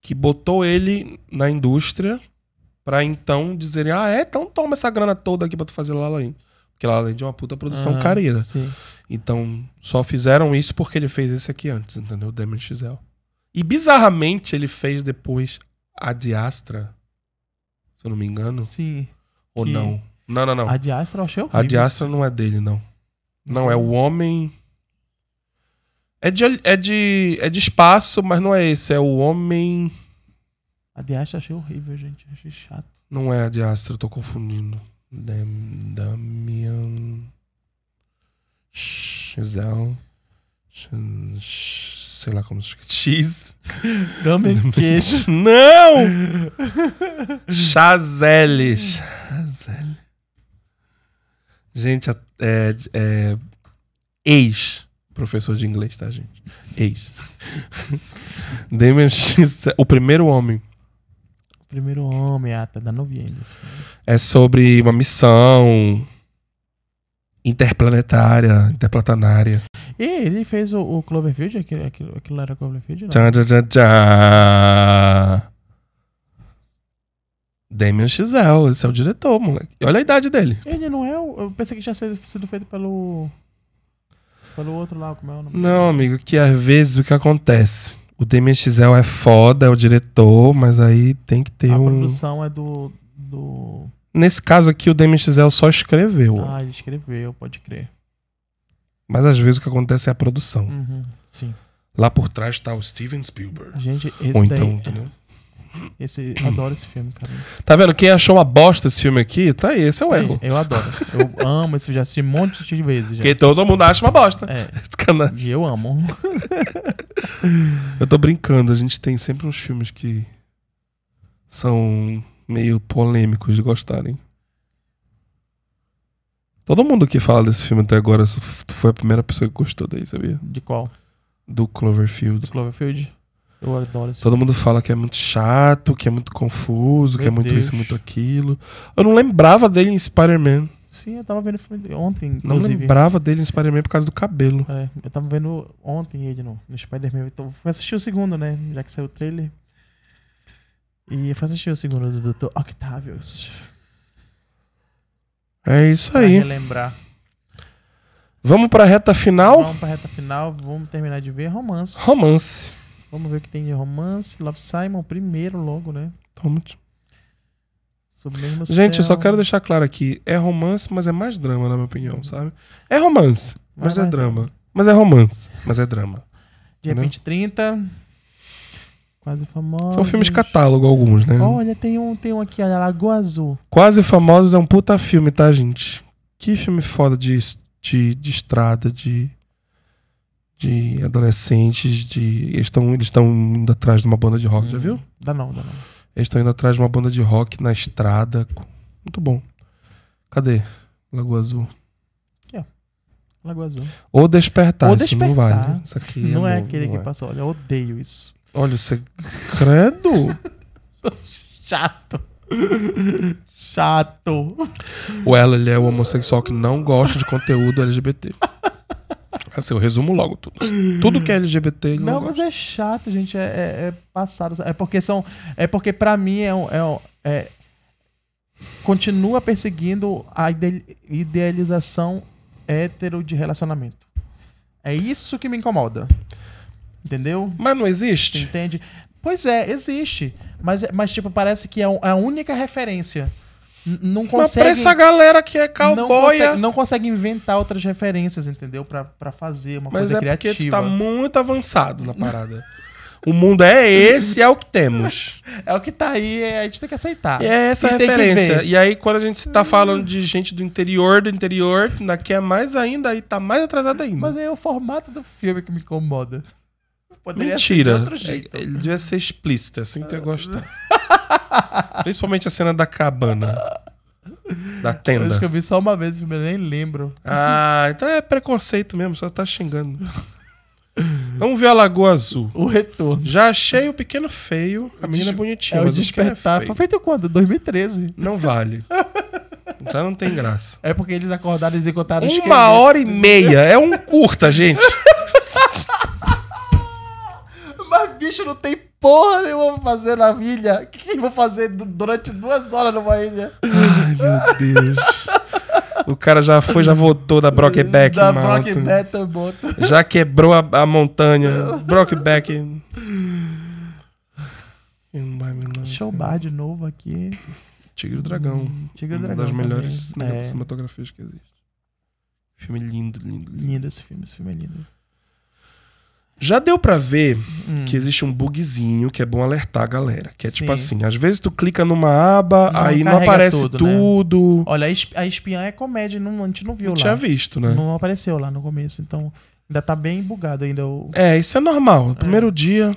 que botou ele na indústria pra então dizer: ah, é, então toma essa grana toda aqui pra tu fazer La La Land. Porque La La Land é uma puta produção Aham, careira. Sim. Então, só fizeram isso porque ele fez esse aqui antes, entendeu? O Damien Chazelle. E bizarramente ele fez depois a Diastra, se eu não me engano, Sim. ou que- não? Não, não, não. A Diastra eu achei horrível. A Diastra não é dele, não. Não, é o Homem... É de, é, de, é de espaço, mas não é esse. É o Homem... A Diastra eu achei horrível, gente. Achei chato. Não é a Diastra, eu tô confundindo. Dam- Damian. Chazelle. Ch- ch- Sei lá como se escreve. Cheese. Dame queijo. Não! Chazelle. Chazelle. Gente, é, é- ex. Professor de inglês, tá, gente? Ex. Damien Chazelle. O primeiro homem. Primeiro homem, ah, tá dando vindo esse filme. É sobre uma missão interplanetária, interplatanária. E ele fez o, o Cloverfield? Aquilo, aquilo, aquilo era Cloverfield? Não. Tchan, tchan, tchan, tchan. Damien Chazelle, esse é o diretor, moleque. E olha a idade dele. Ele não é o. Eu pensei que tinha sido, sido feito pelo. Pelo outro lá, como é o nome? Não, amigo, que às vezes o que acontece? O Damien Chazelle é foda, é o diretor, mas aí tem que ter dele? A um... produção é do. do Nesse caso aqui, o DMXL só escreveu. Ah, ele escreveu, pode crer. Mas às vezes o que acontece é a produção. Uhum, sim. Lá por trás tá o Steven Spielberg. Gente, esse Ou daí. é então, entendeu? Esse, adoro esse filme, cara. Tá vendo? Quem achou uma bosta esse filme aqui, tá aí, esse é o erro. Eu adoro. Eu amo esse filme, já assisti um monte de vezes. Já. Porque todo mundo acha uma bosta. É, Sacanagem. e eu amo. Eu tô brincando, a gente tem sempre uns filmes que são meio polêmicos de gostarem. Todo mundo que fala desse filme até agora só f- foi a primeira pessoa que gostou daí, sabia? De qual? Do Do Cloverfield. Cloverfield? Eu adoro esse Todo mundo fala que é muito chato, que é muito confuso, que Meu é muito Deus. isso, muito aquilo. Eu não lembrava dele em Spider-Man. filme. Sim, eu tava vendo o filme de- ontem, Não inclusive. lembrava dele em Spider-Man por causa do cabelo. É, eu tava vendo ontem ele no, no Spider-Man. Então, fui assistir o segundo, né? Já que saiu o trailer. E eu fui assistir o segundo do Dr. Octavius. É isso Pra aí. relembrar. Vamos pra reta final. Vamos pra reta final, vamos terminar de ver romance. Romance. Vamos ver o que tem de romance. Love Simon, primeiro logo, né? Toma. Sobre o mesmo Gente, eu só céu. quero deixar claro aqui, é romance, mas é mais drama, na minha opinião, sabe? É romance, Vai, mas é vai. drama. Mas é romance, mas é drama. Dia né? 20 e 30. Quase famosa. São filmes de catálogo alguns, né? Olha, tem um, tem um aqui, olha, Lagoa Azul. Quase Famosos é um puta filme, tá, gente? Que filme foda de, de, de estrada, de, de adolescentes, de... Eles estão eles tão indo atrás de uma banda de Hum. rock, já viu? Dá não, dá não. Eles estão indo atrás de uma banda de rock na estrada. Muito bom. Cadê? Lagoa Azul. Lagoa Azul. Ou Despertar, Ou isso não vale. Despertar. né? Isso aqui não é novo, aquele não que é. passou. Olha, eu odeio isso. Olha, você. Credo! Chato. Chato. Ou ela ele é o homossexual que não gosta de conteúdo LGBT. Assim, eu resumo logo tudo. Tudo que é LGBT, ele não, Não, mas gosta. é chato, gente. É, é- é passado. É porque são. É porque pra mim é um. é um- é- continua perseguindo a ide- idealização hétero de relacionamento. É isso que me incomoda. Entendeu? Mas não Tu existe? entende? Pois é, existe. Mas, é- mas tipo, parece que é um- é a única referência. N- não Mas consegue. pra essa galera que é não, consegue, cowboy. não consegue inventar outras referências, entendeu? Pra, pra fazer uma Mas coisa é porque tu criativa. tá muito avançado na parada. O mundo é esse, é o que temos. É o que tá aí, é- a gente tem que aceitar. E é essa E a tem que referência. ver. E aí, quando a gente tá falando de gente do interior, do interior, daqui é mais ainda, aí tá mais atrasado ainda. Mas é o formato do filme que me incomoda. Poderia ser de Mentira. outro jeito. É- Ele devia ser explícito, é assim que tu ia gostar. Principalmente a cena da cabana. Da Eu Acho que tenda. eu vi só uma vez o filme, eu nem lembro. Ah, então é preconceito mesmo, só tá xingando. Vamos ver a Lagoa Azul. O Retorno. Já achei o pequeno feio, a menina é bonitinha, é o mas o pequeno é despertar. Foi feio. feito quando? 2013. Não vale. Já não tem graça. É porque eles acordaram e encontraram os Uma hora e meia. É um curta, gente. Mas, bicho, não tem porra nenhuma pra fazer na ilha. O que eu vou fazer du- durante duas horas numa ilha? Ai, meu Deus. O cara já foi, já voltou da Brockback. Da Mountain. Brock Better Bota. Já quebrou a, a montanha. Brockback. E não vai me lembrar. Show bar de novo aqui. Tigre e o Dragão. Hum, Tigre e o uma Dragão das também. melhores É. cinematografias que existe. Filme lindo, lindo, lindo. Lindo esse filme, esse filme é lindo. Já deu pra ver Hum. que existe um bugzinho que é bom alertar a galera. Que é tipo Sim. assim, às vezes tu clica numa aba, Não aí não carrega aparece tudo, tudo. né? Olha, a esp- a espiã é comédia, não, a gente não viu Não lá. tinha visto, né? Não apareceu lá no começo, então ainda tá bem bugado ainda o... É, isso é normal. Primeiro dia.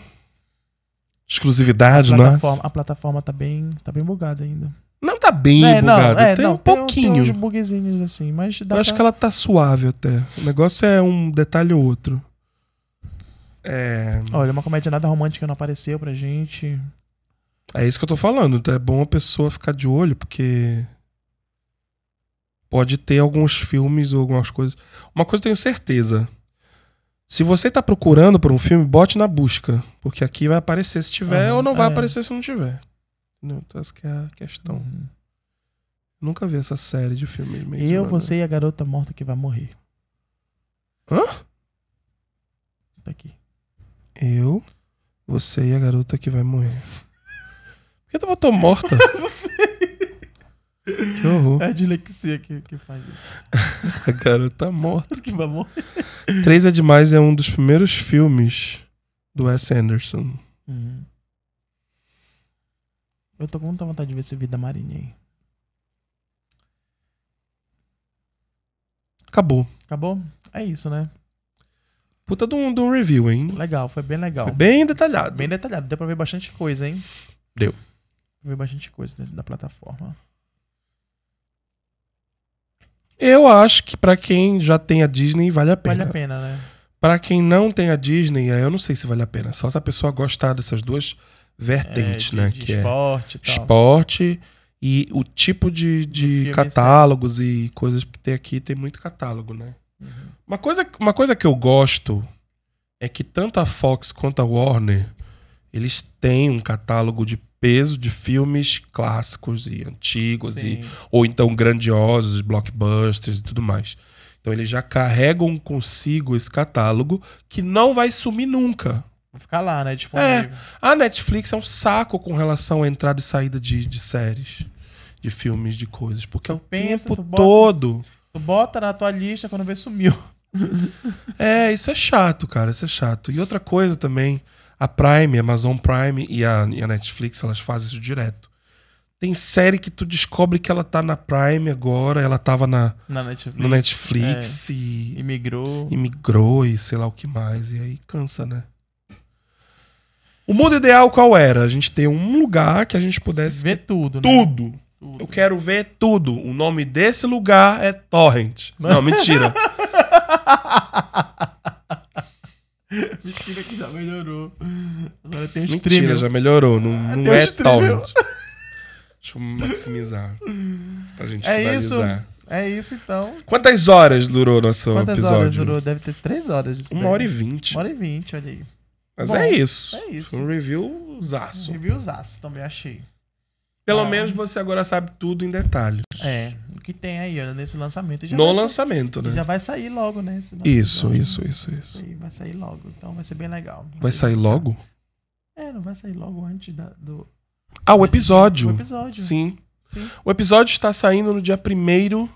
Exclusividade, a, não é? plataforma, a plataforma tá bem, tá bem bugada ainda. Não tá bem É, não, bugado. é, tem não, um tem- pouquinho. Tem, uns bugzinhos assim, mas dá Eu acho pra- que ela tá suave até. O negócio é um detalhe ou outro. É. Olha, uma comédia nada romântica não apareceu pra gente. É isso que eu tô falando. Então é bom a pessoa ficar de olho, porque. Pode ter alguns filmes ou algumas coisas. Uma coisa eu tenho certeza. Se você tá procurando por um filme, bote na busca. Porque aqui vai aparecer se tiver Aham, ou não vai é. aparecer se não tiver. Entendeu? Então essa que é a questão. Uhum. Nunca vi essa série de filmes mesmo. Eu, né? você e a garota morta que vai morrer. Hã? Tá aqui. Eu, você e a garota que vai morrer. Por que tu botou morta? Você. Que horror. É a dislexia que, que faz isso. A garota morta. Que vamos. Três é Demais é um dos primeiros filmes do Wes Anderson. Uhum. Eu tô com muita vontade de ver esse Vida Marinha aí. Acabou. Acabou? É isso, né? Puta de um, de um review, hein? Legal, foi bem legal. Foi bem detalhado. Bem detalhado, deu pra ver bastante coisa, hein? Deu. Ver bastante coisa dentro da plataforma. Eu acho que pra quem já tem a Disney, vale a Vale pena. a pena, né? Pra quem não tem a Disney, aí eu não sei se vale a pena. Só se a pessoa gostar dessas duas vertentes, de, né? de que é esporte e tal. esporte e o tipo de, de filme, catálogos e coisas que tem aqui. Tem muito catálogo, né? Uhum. Uma coisa, uma coisa que eu gosto é que tanto a Fox quanto a Warner, eles têm um catálogo de peso de filmes clássicos e antigos e Sim. ou então grandiosos, blockbusters e tudo mais. Então eles já carregam consigo esse catálogo que não vai sumir nunca. Vou ficar lá, né? Disponível. A Netflix é um saco com relação à entrada e saída de, de séries, de filmes, de coisas, porque é o Tu pensa, tu tempo bota- todo. Tu bota na tua lista, quando vê, sumiu. É, isso é chato, cara, isso é chato. E outra coisa também, a Prime, a Amazon Prime e a, e a Netflix, elas fazem isso direto. Tem série que tu descobre que ela tá na Prime agora, ela tava na, Na Netflix. no é. Netflix e E migrou. e migrou e sei lá o que mais. E aí cansa, né? O mundo ideal qual era? A gente ter um lugar que a gente pudesse ver Vê tudo, né? é tudo. Eu quero ver tudo. O nome desse lugar é Torrent. Não, mentira. Mentira que já melhorou. Agora tem o mentira, streaming. já melhorou. Não, não tem um é streaming. Torrent. Deixa eu maximizar. Pra gente É isso. finalizar. É isso, então. Quantas horas durou nosso Quantas um episódio? horas durou? Deve ter três horas disso Uma daí. hora e vinte. Uma hora e vinte, olha aí. Mas Bom, é isso. é isso. Foi um review zaço. Reviewzaço também achei. Pelo Ah. menos você agora sabe tudo em detalhes. É, o que tem aí, olha, nesse lançamento. E Já no vai sa- lançamento, e Já né? vai sair logo, né? esse nosso Isso, episódio. isso, isso, isso. Isso aí, vai sair logo. Então vai ser bem legal. Vai sair logo? É, não vai sair logo antes da- do, Ah, o do episódio. episódio. Sim. Sim. O episódio está saindo no dia 1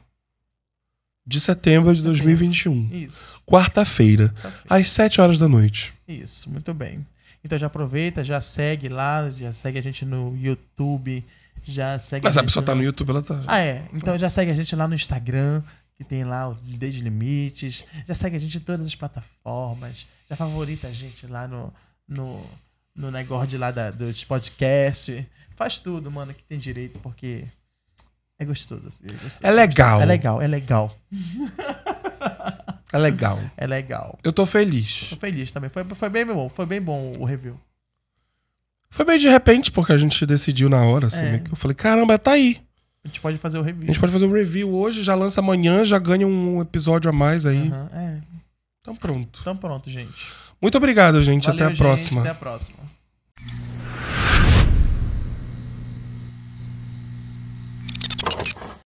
de setembro de 2021. Isso, Quarta-feira, tá feito. às 7 horas da noite. Isso, muito bem. Então já aproveita, já segue lá, já segue a gente no YouTube, já segue Mas a a gente pessoa tá no YouTube, ela tá. Ah, é. Então já segue a gente lá no Instagram, que tem lá o Desde Limites. Já segue a gente em todas as plataformas. Já favorita a gente lá no, no, no negócio de lá da- dos podcasts. Faz tudo, mano, que tem direito, porque é gostoso. assim, É, gostoso. É legal. É legal, é legal. É legal. É legal. Eu tô Tô feliz. feliz também. Foi, foi bem bom, foi bem bom o review. Foi meio de repente, porque a gente decidiu na hora, assim. É. meio que Eu falei, caramba, tá aí. A gente pode fazer o A review. gente pode fazer o review hoje, já lança amanhã, já ganha um episódio a mais aí. Aham, é. Então pronto. Então pronto, gente. Muito obrigado, gente. Valeu, Até a próxima. Até a próxima.